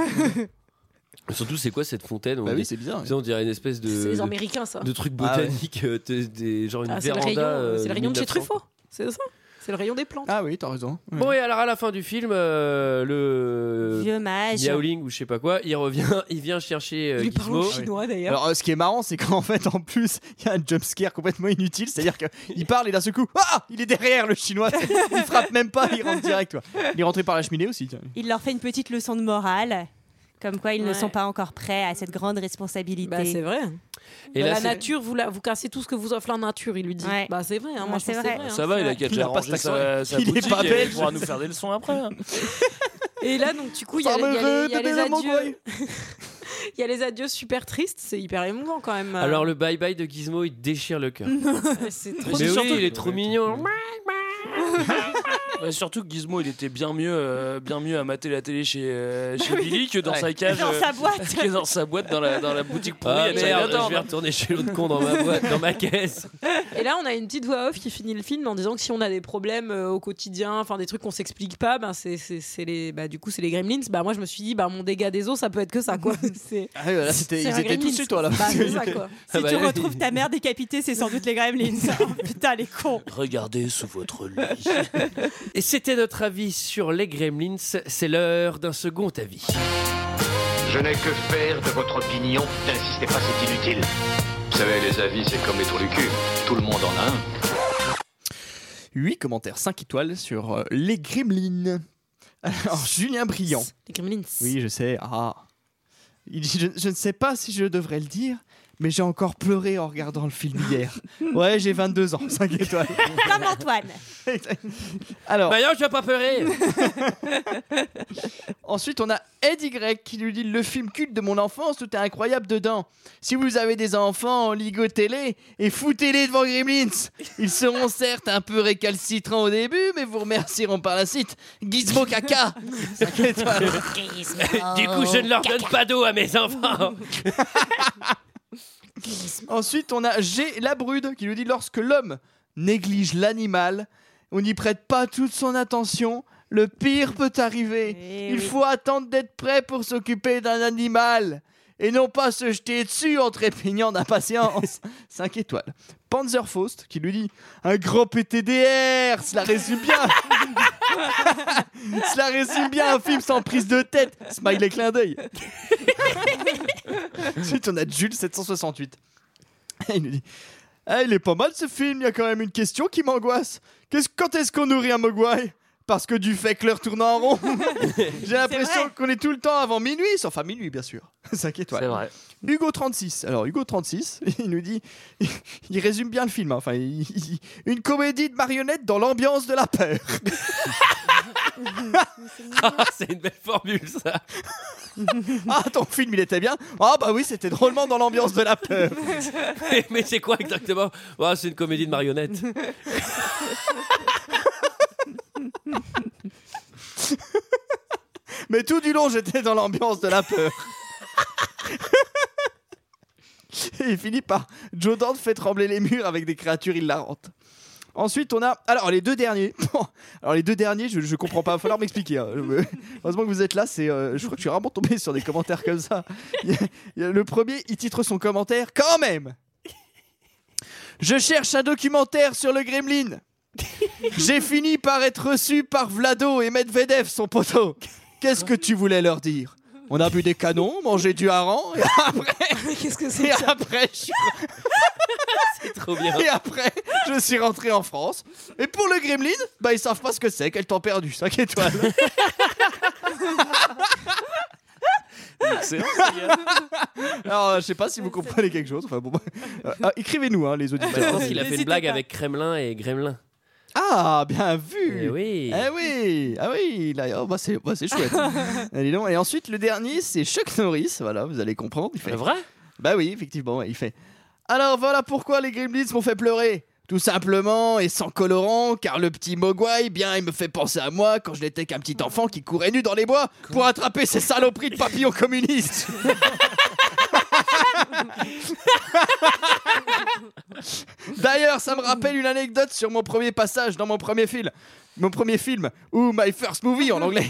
Surtout, c'est quoi cette fontaine on, bah oui, dit- c'est bizarre. on dirait une espèce de. C'est les de- Américains ça. de trucs Ah ouais. botaniques, euh, des- des- genre une Ah, c'est le véranda. rayon, euh, c'est le rayon de chez 1900. Truffaut, c'est ça C'est le rayon des plantes. Ah oui, t'as raison. Ouais. Bon, et alors à la fin du film, euh, le Vieux mage. Yaoling ou je sais pas quoi, il revient, [laughs] il vient chercher euh, il parle Gizmo. chinois d'ailleurs. Alors, euh, ce qui est marrant, c'est qu'en [laughs] fait, en plus, il y a un jumpscare complètement inutile. C'est-à-dire qu'il parle et d'un seul coup, ah Il est derrière le chinois. Il frappe même pas, il rentre direct. quoi. Il est rentré par la cheminée aussi. tiens. Il leur fait une petite leçon de morale, comme quoi ils ne Ouais. sont pas encore prêts à cette grande responsabilité. Bah c'est vrai. Et Bah, là, la c'est- nature, vous, la- vous cassez tout ce que vous offre la nature, il lui dit. Ouais. Bah c'est vrai, hein, Ouais, moi je c'est pense que c'est vrai. vrai. hein. ça va il a qu'à Il déjà a pas arranger cette sa, sa Il est boutique Ah, pas et ben, belge. il pourra nous faire des leçons après hein. Et là donc du coup il y a, il y a les- Farmereux il y a de les Benjamin adieux, Goy. [laughs] il y a les adieux super tristes, c'est hyper émouvant quand même. alors le bye bye de Gizmo, il déchire le cœur. Ouais, [laughs] c'est Mmh. trop Mais c'est oui, surtout- il est trop mignon. Mmh. Ouais, surtout que Gizmo il était bien mieux euh, bien mieux à mater la télé chez [laughs] euh, chez Billy que dans sa cage Dans euh, sa boîte. [laughs] qui est dans sa boîte dans la, dans la boutique pourrie Ah à merde, Chinatown. je vais retourner chez l'autre con dans ma boîte, dans ma [laughs] caisse. Et là, on a une petite voix off qui finit le film en disant que si on a des problèmes euh, au quotidien, enfin des trucs qu'on s'explique pas, ben c'est c'est- c'est les, bah, du coup c'est les Gremlins. Bah moi je me suis dit, bah mon dégât des eaux, ça peut être que [laughs] ça quoi. C'est Ah, ouais, là, c'était, c'est ils un étaient Gremlins. tous chez toi là. Bah, [laughs] c'est ça, quoi. Si Ah bah tu oui. retrouves ta mère décapitée, c'est sans doute les [laughs] Gremlins. Oh, putain, les cons. Regardez sous votre lit. [laughs] Et c'était notre avis sur les Gremlins. C'est l'heure d'un second avis. Je n'ai que faire de votre opinion. N'insistez pas, c'est inutile. Vous savez, les avis, c'est comme les trous du cul. Tout le monde en a un. 8 commentaires, 5 étoiles sur euh, les Gremlins. Alors, Julien Briand. Les Gremlins. Oui, je sais. Ah. Il dit, je, je ne sais pas si je devrais le dire, mais j'ai encore pleuré en regardant le film hier. Ouais, j'ai 22 ans, 5 étoiles. Comme Antoine. Alors, Bah non, je vais pas [laughs] pleurer. Ensuite, on a Ed Y qui nous dit le film culte de mon enfance, tout est incroyable dedans. Si vous avez des enfants, ligotez-les et foutez-les devant Gremlins. Ils seront certes un peu récalcitrants au début, mais vous remercieront par la suite. Gizmo caca. Cinq étoiles. du coup, je ne leur donne pas d'eau à mes enfants. [laughs] Ensuite, on a G Labrude qui nous dit lorsque l'homme néglige l'animal, on n'y prête pas toute son attention. Le pire peut arriver. Eh Il oui. faut attendre d'être prêt pour s'occuper d'un animal et non pas se jeter dessus en trépignant [laughs] d'impatience. 5 étoiles. Panzerfaust qui lui dit Un gros PTDR, cela résume [laughs] bien. [laughs] cela résume bien un film sans prise de tête. Smiley clin d'œil. Ensuite, on a Jules768. Il nous dit Ah, Il est pas mal ce film, il y a quand même une question qui m'angoisse. Qu'est-ce- quand est-ce qu'on nourrit un mogwai Parce que du fait que l'heure tourne en [laughs] rond. [laughs] J'ai l'impression vrai. qu'on est tout le temps avant minuit, sauf enfin minuit bien sûr. [laughs] 5 C'est étoiles. vrai. Hugo36. Alors, Hugo36, [laughs] il nous dit il résume bien le film. hein. Enfin, il- il- une comédie de marionnettes dans l'ambiance de la peur. [laughs] Ah, c'est une belle formule, ça. [laughs] Ah, ton film, il était bien. Ah, bah oui, c'était drôlement dans l'ambiance de la peur. Mais c'est quoi exactement Ah, C'est une comédie de [laughs] marionnettes. Mais tout du long, j'étais dans l'ambiance de la peur. Et il finit par Joe Dante fait trembler les murs avec des créatures hilarantes. Ensuite, on a. Alors, les deux derniers. Alors, les deux derniers, je, je comprends pas. Il va falloir m'expliquer. hein. Je me- Heureusement que vous êtes là. C'est, euh, je crois que je suis rarement tombé sur des commentaires comme ça. Il y a- il y a le premier, il titre son commentaire quand même. Je cherche un documentaire sur le gremlin. J'ai fini par être reçu par Vlado et Medvedev, son poteau. Qu'est-ce que tu voulais leur dire On a bu des canons, mangé du hareng, [laughs] et après, [laughs] Qu'est-ce que c'est et que ça après, je suis- Trop bien. et après, je suis rentré en France. Et pour le gremlin, bah, ils savent pas ce que c'est, quel temps perdu, 5 étoiles. Excellent, les gars. [laughs] Alors, euh, je sais pas si vous comprenez quelque chose. Enfin, bon, bah, euh, euh, Écrivez-nous, hein, les Bah, je auditeurs. pense qu'il a fait une N'hésitez blague pas. avec Kremlin et Gremlin. Ah, bien vu Eh oui. Eh oui, ah oui, là, oh, bah c'est bah, [laughs] c'est chouette. Ah, dis donc. Et ensuite, le dernier, c'est Chuck Norris. Voilà, vous allez comprendre. Il fait- C'est vrai Bah oui, effectivement, ouais, il fait. Alors voilà pourquoi les Gremlins m'ont fait pleurer. Tout simplement et sans colorant, car le petit Mogwai, bien, il me fait penser à moi quand je n'étais qu'un petit enfant qui courait nu dans les bois pour attraper ces saloperies de papillons communistes. [laughs] D'ailleurs, ça me rappelle une anecdote sur mon premier passage dans mon premier film. Mon premier film, ou My First Movie en anglais.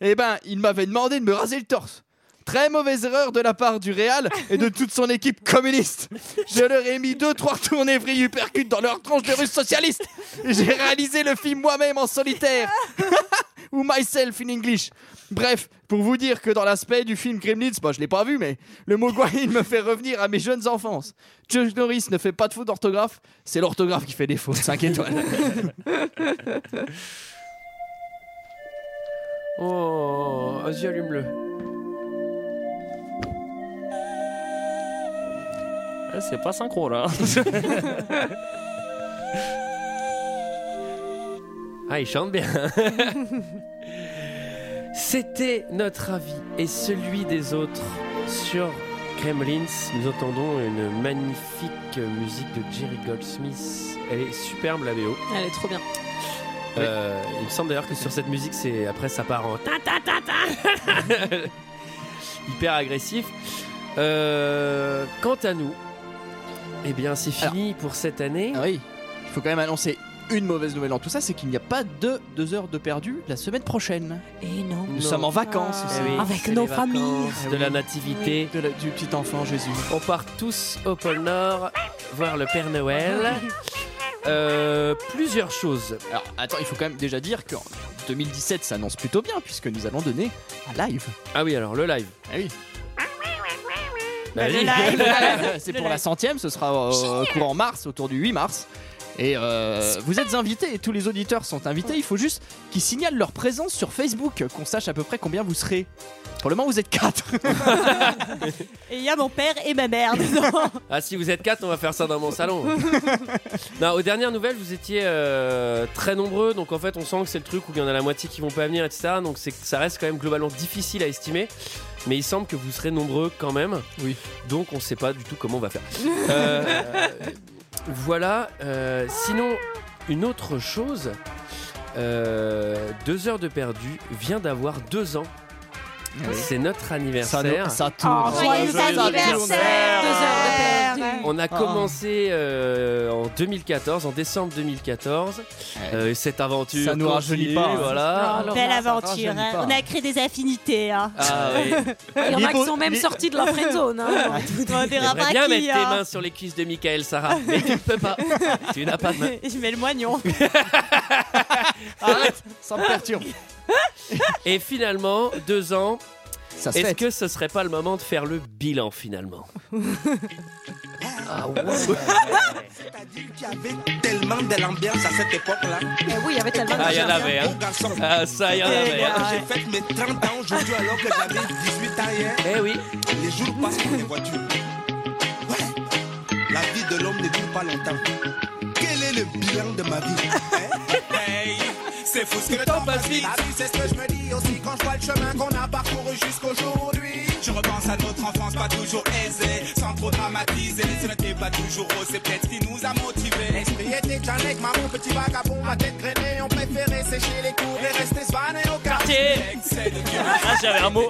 Eh ben, il m'avait demandé de me raser le torse. Très mauvaise erreur de la part du Real et de toute son équipe communiste. Je leur ai mis deux, trois tournées vrilles uppercut dans leur tranche de russe socialiste. Et J'ai réalisé le film moi-même en solitaire. [laughs] Ou myself in English. Bref, pour vous dire que dans l'aspect du film Gremlins, bah, je l'ai pas vu, mais le mot il me fait revenir à mes jeunes enfances. Chuck Norris ne fait pas de faute d'orthographe, c'est l'orthographe qui fait des fautes. [laughs] 5 étoiles. Oh, vas-y, allume-le. Ah, C'est pas synchro là. Ah, il chante bien. [laughs] C'était notre avis et celui des autres sur Kremlins. Nous entendons une magnifique musique de Jerry Goldsmith. Elle est superbe, la BO. Elle est trop bien. Euh, il me semble d'ailleurs que sur cette musique, c'est après ça part en ta ta ta ta. [laughs] hyper agressif. Euh, quant à nous, eh bien c'est fini pour cette année. Ah oui, il faut quand même annoncer une mauvaise nouvelle dans tout ça, c'est qu'il n'y a pas de deux heures de perdu la semaine prochaine. Eh Et non. Nous Non. sommes en vacances Ah. aussi. Eh oui, Avec c'est nos les vacances familles. de Ah la nativité. De la- du petit enfant Jésus. On part tous au pôle Nord voir le Père Ah Noël. Euh, plusieurs choses. Alors attends, il faut quand même déjà dire qu'en 2017 ça annonce plutôt bien puisque nous allons donner un live. Ah oui, alors le live. Ah oui. Bah le oui. live. c'est Le pour la [laughs] live. centième, ce sera euh, courant mars, autour du 8 mars. Et euh, vous êtes invités et tous les auditeurs sont invités. Il faut juste qu'ils signalent leur présence sur Facebook, qu'on sache à peu près combien vous serez. Pour le moment, vous êtes 4. Et il y a mon père et ma mère Ah, si vous êtes quatre, on va faire ça dans mon salon. non, aux dernières nouvelles, vous étiez euh, très nombreux, donc en fait, on sent que c'est le truc où il y en a la moitié qui vont pas venir, etc. Donc c'est- ça reste quand même globalement difficile à estimer. Mais il semble que vous serez nombreux quand même. Oui. Donc on sait pas du tout comment on va faire. Euh, voilà. euh, sinon, une autre chose. euh, deux heures de perdu vient d'avoir deux ans. C'est notre anniversaire. Ça, Ah, tourne. On a Ah. commencé euh, en 2014, en décembre 2014. Euh, cette aventure. Ça nous rajeunit continue, pas, hein. Voilà. Belle ça va, aventure. j'aime hein. pas. On a créé des affinités. Hein. Ah, oui. Il y en a qui Libre- sont même li- sortis de leur friend zone. Ah, hein. On dira J'aimerais pas bien qui, mettre tes hein. mains sur les cuisses de Michael Sarah, mais tu ne peux pas. Tu n'as pas de main. Je mets le moignon. Arrête, ça me perturbe. Et finalement, deux ans, Ça se est-ce fait. que ce serait pas le moment de faire le bilan finalement Tellement de l'ambiance à cette époque-là. Eh oui, il y avait tellement de Ah, il y en gens. avait, hein. Ah, ça, il y en avait. hein. J'ai fait mes 30 ans aujourd'hui alors que j'avais 18 ans hier. Eh oui. Les jours passent pour les voitures. Ouais. La vie de l'homme ne dure pas longtemps. Quel est le bilan de ma vie hein Hey, C'est fou ce que le temps passe vite. La vie, c'est ce que je me dis aussi quand je vois le chemin qu'on a parcouru jusqu'aujourd'hui. Je repense à notre enfance pas toujours aisée, sans trop dramatiser. Ce n'était pas toujours haut, c'est peut-être ce qui nous a motivés. L'esprit était Janek, maman, petit vagabond, ma tête grainée. On préférait sécher les cours et rester svanés au quartier. C'est de Dieu. Ah, j'avais un mot.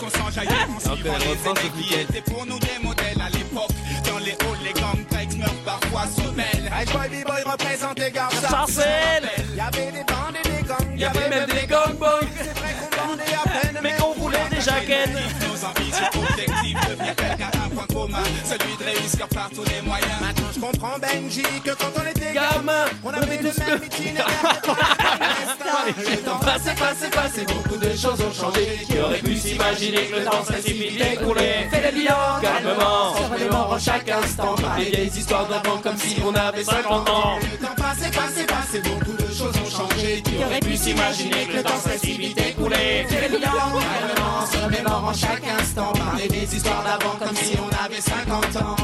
Qu'on s'enjaillait, on Alors que le refrain, c'est qui étaient pour nous des modèles à l'époque. Dans les halls, les gangs breaks meurent parfois sous belle. Hey boy, B-boy représente les gars. Sarcelles. Il y avait des bandes et des gangs. Il Il y avait même des gangbangs. C'est vrai qu'on vendait à peine, Mais qu'on voulait des jaquettes. Nos envies sont objectives, devenir quelqu'un a un point commun, celui de réussir par tous les moyens. Maintenant je comprends Benji que quand on était gamin, on avait le même itinéraire. [laughs] Le temps passé, passé, passé, beaucoup de choses ont changé. Qui aurait pu s'imaginer que le temps serait si vite écoulé Fais le bilan calmement, en remémorant chaque instant. Par les vieilles histoires d'avant comme si on avait 50 ans. Le temps passé, passé, passé, beaucoup de choses ont changé. Qui aurait pu s'imaginer que le temps serait si vite écoulé Fais le bilan calmement, se remémorant chaque instant. Par les vieilles histoires d'avant comme si on avait 50 ans.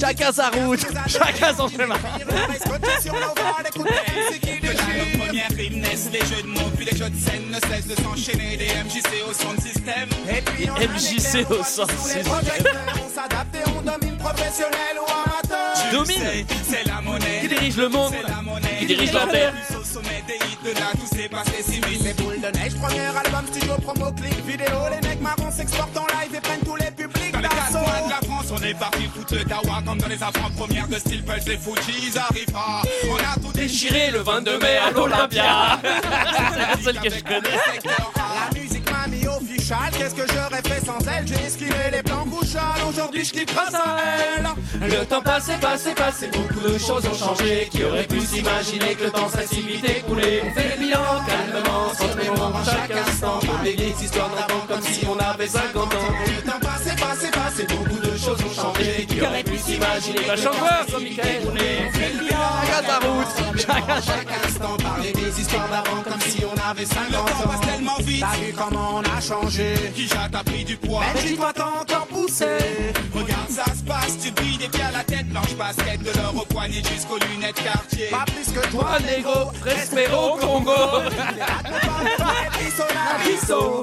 Chacun sa route, chacun son chemin. Première gymnase, les jeux de mots, puis les jeux de scène ne cessent de s'enchaîner. Des MJC au son de système. Et puis on a MJC les au terres, on son de voit sous les système. projecteurs, On s'adapte et on domine professionnel ou amateur. Tu Domine. sais, C'est la monnaie. Qui dirige le monde C'est la monnaie. Qui dirige la terre. Plus Au sommet des hits de là, tout s'est passé si vite. Les boules de neige, premier album, studio, promo, clip, vidéo. Les mecs marrons s'exportent en live et prennent tous les publics. Dans les quatre coins de la France, on est parti foutre le dawa comme dans les avant-premières de Steel Pulse et Fuji. Ils arrivent pas. On a tout Déchiré le 22 mai à l'Olympia. C'est la seule que je connais. la musique m'a mis au fichal, qu'est-ce que j'aurais fait sans elle J'ai esquivé les plans bouchales, aujourd'hui je kiffe grâce à elle Le temps passé, passé, passé, beaucoup de choses ont changé Qui aurait pu s'imaginer que le temps serait si vite écoulé On fait le bilan calmement, sans se mémorer chaque instant Pour les vieilles histoires d'avant comme si on avait 50 ans Le temps passé, passé, passé, beaucoup de choses ont changé Qui aurait pu s'imaginer que le temps serait si vite écoulé On fait le bilan Chacun chaque instant, parler des histoires d'avant comme si on avait 50 ans. Le temps passe tellement vite. T'as vu comment on a changé. Qui t'a pris du poids. Mais tu dois encore pousser. Regarde, ça se passe. Tu brilles des pieds à la tête. Blanche basket de l'or au poignet jusqu'aux lunettes quartier. Pas plus que toi, négro. Respect au Congo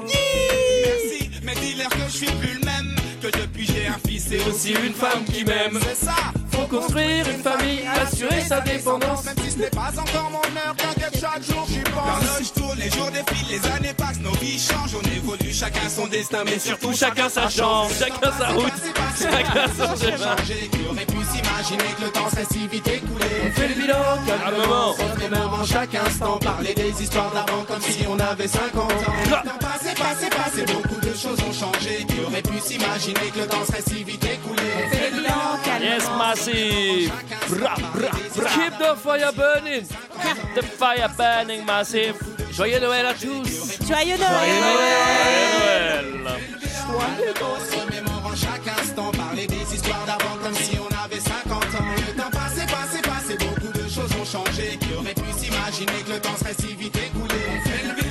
Merci, mais dis-leur que je suis plus le même. Que depuis j'ai un fils et aussi une femme qui m'aime. C'est ça, faut construire une famille, assurer sa dépendance. Même si ce n'est pas encore mon heure, t'inquiète, chaque jour j'y pense. L'horloge tourne, les jours défilent, les années passent, nos vies changent. On évolue, chacun son destin, mais surtout chacun sa chance. Chacun sa route, chacun son chemin. Qui aurait pu s'imaginer que le temps serait si vite écoulé On fait le bilan, Ah, calmement, en chaque instant. Parler des histoires d'avant comme si on avait 50 ans. Le temps passé, passé, passé, beaucoup de choses ont changé. Qui aurait pu s'imaginer que le temps serait si vite écoulé On fait le bilan, Yes, massive. Bra, bra, bra. Keep the fire burning The fire burning massive. Joyeux Noël à tous Joyeux Noël Noël. Remémorant chaque instant, parler des histoires d'avant comme si on avait 50 ans. Le temps passé, passé, passé, beaucoup de choses ont le temps serait si vite écoulé. Fais le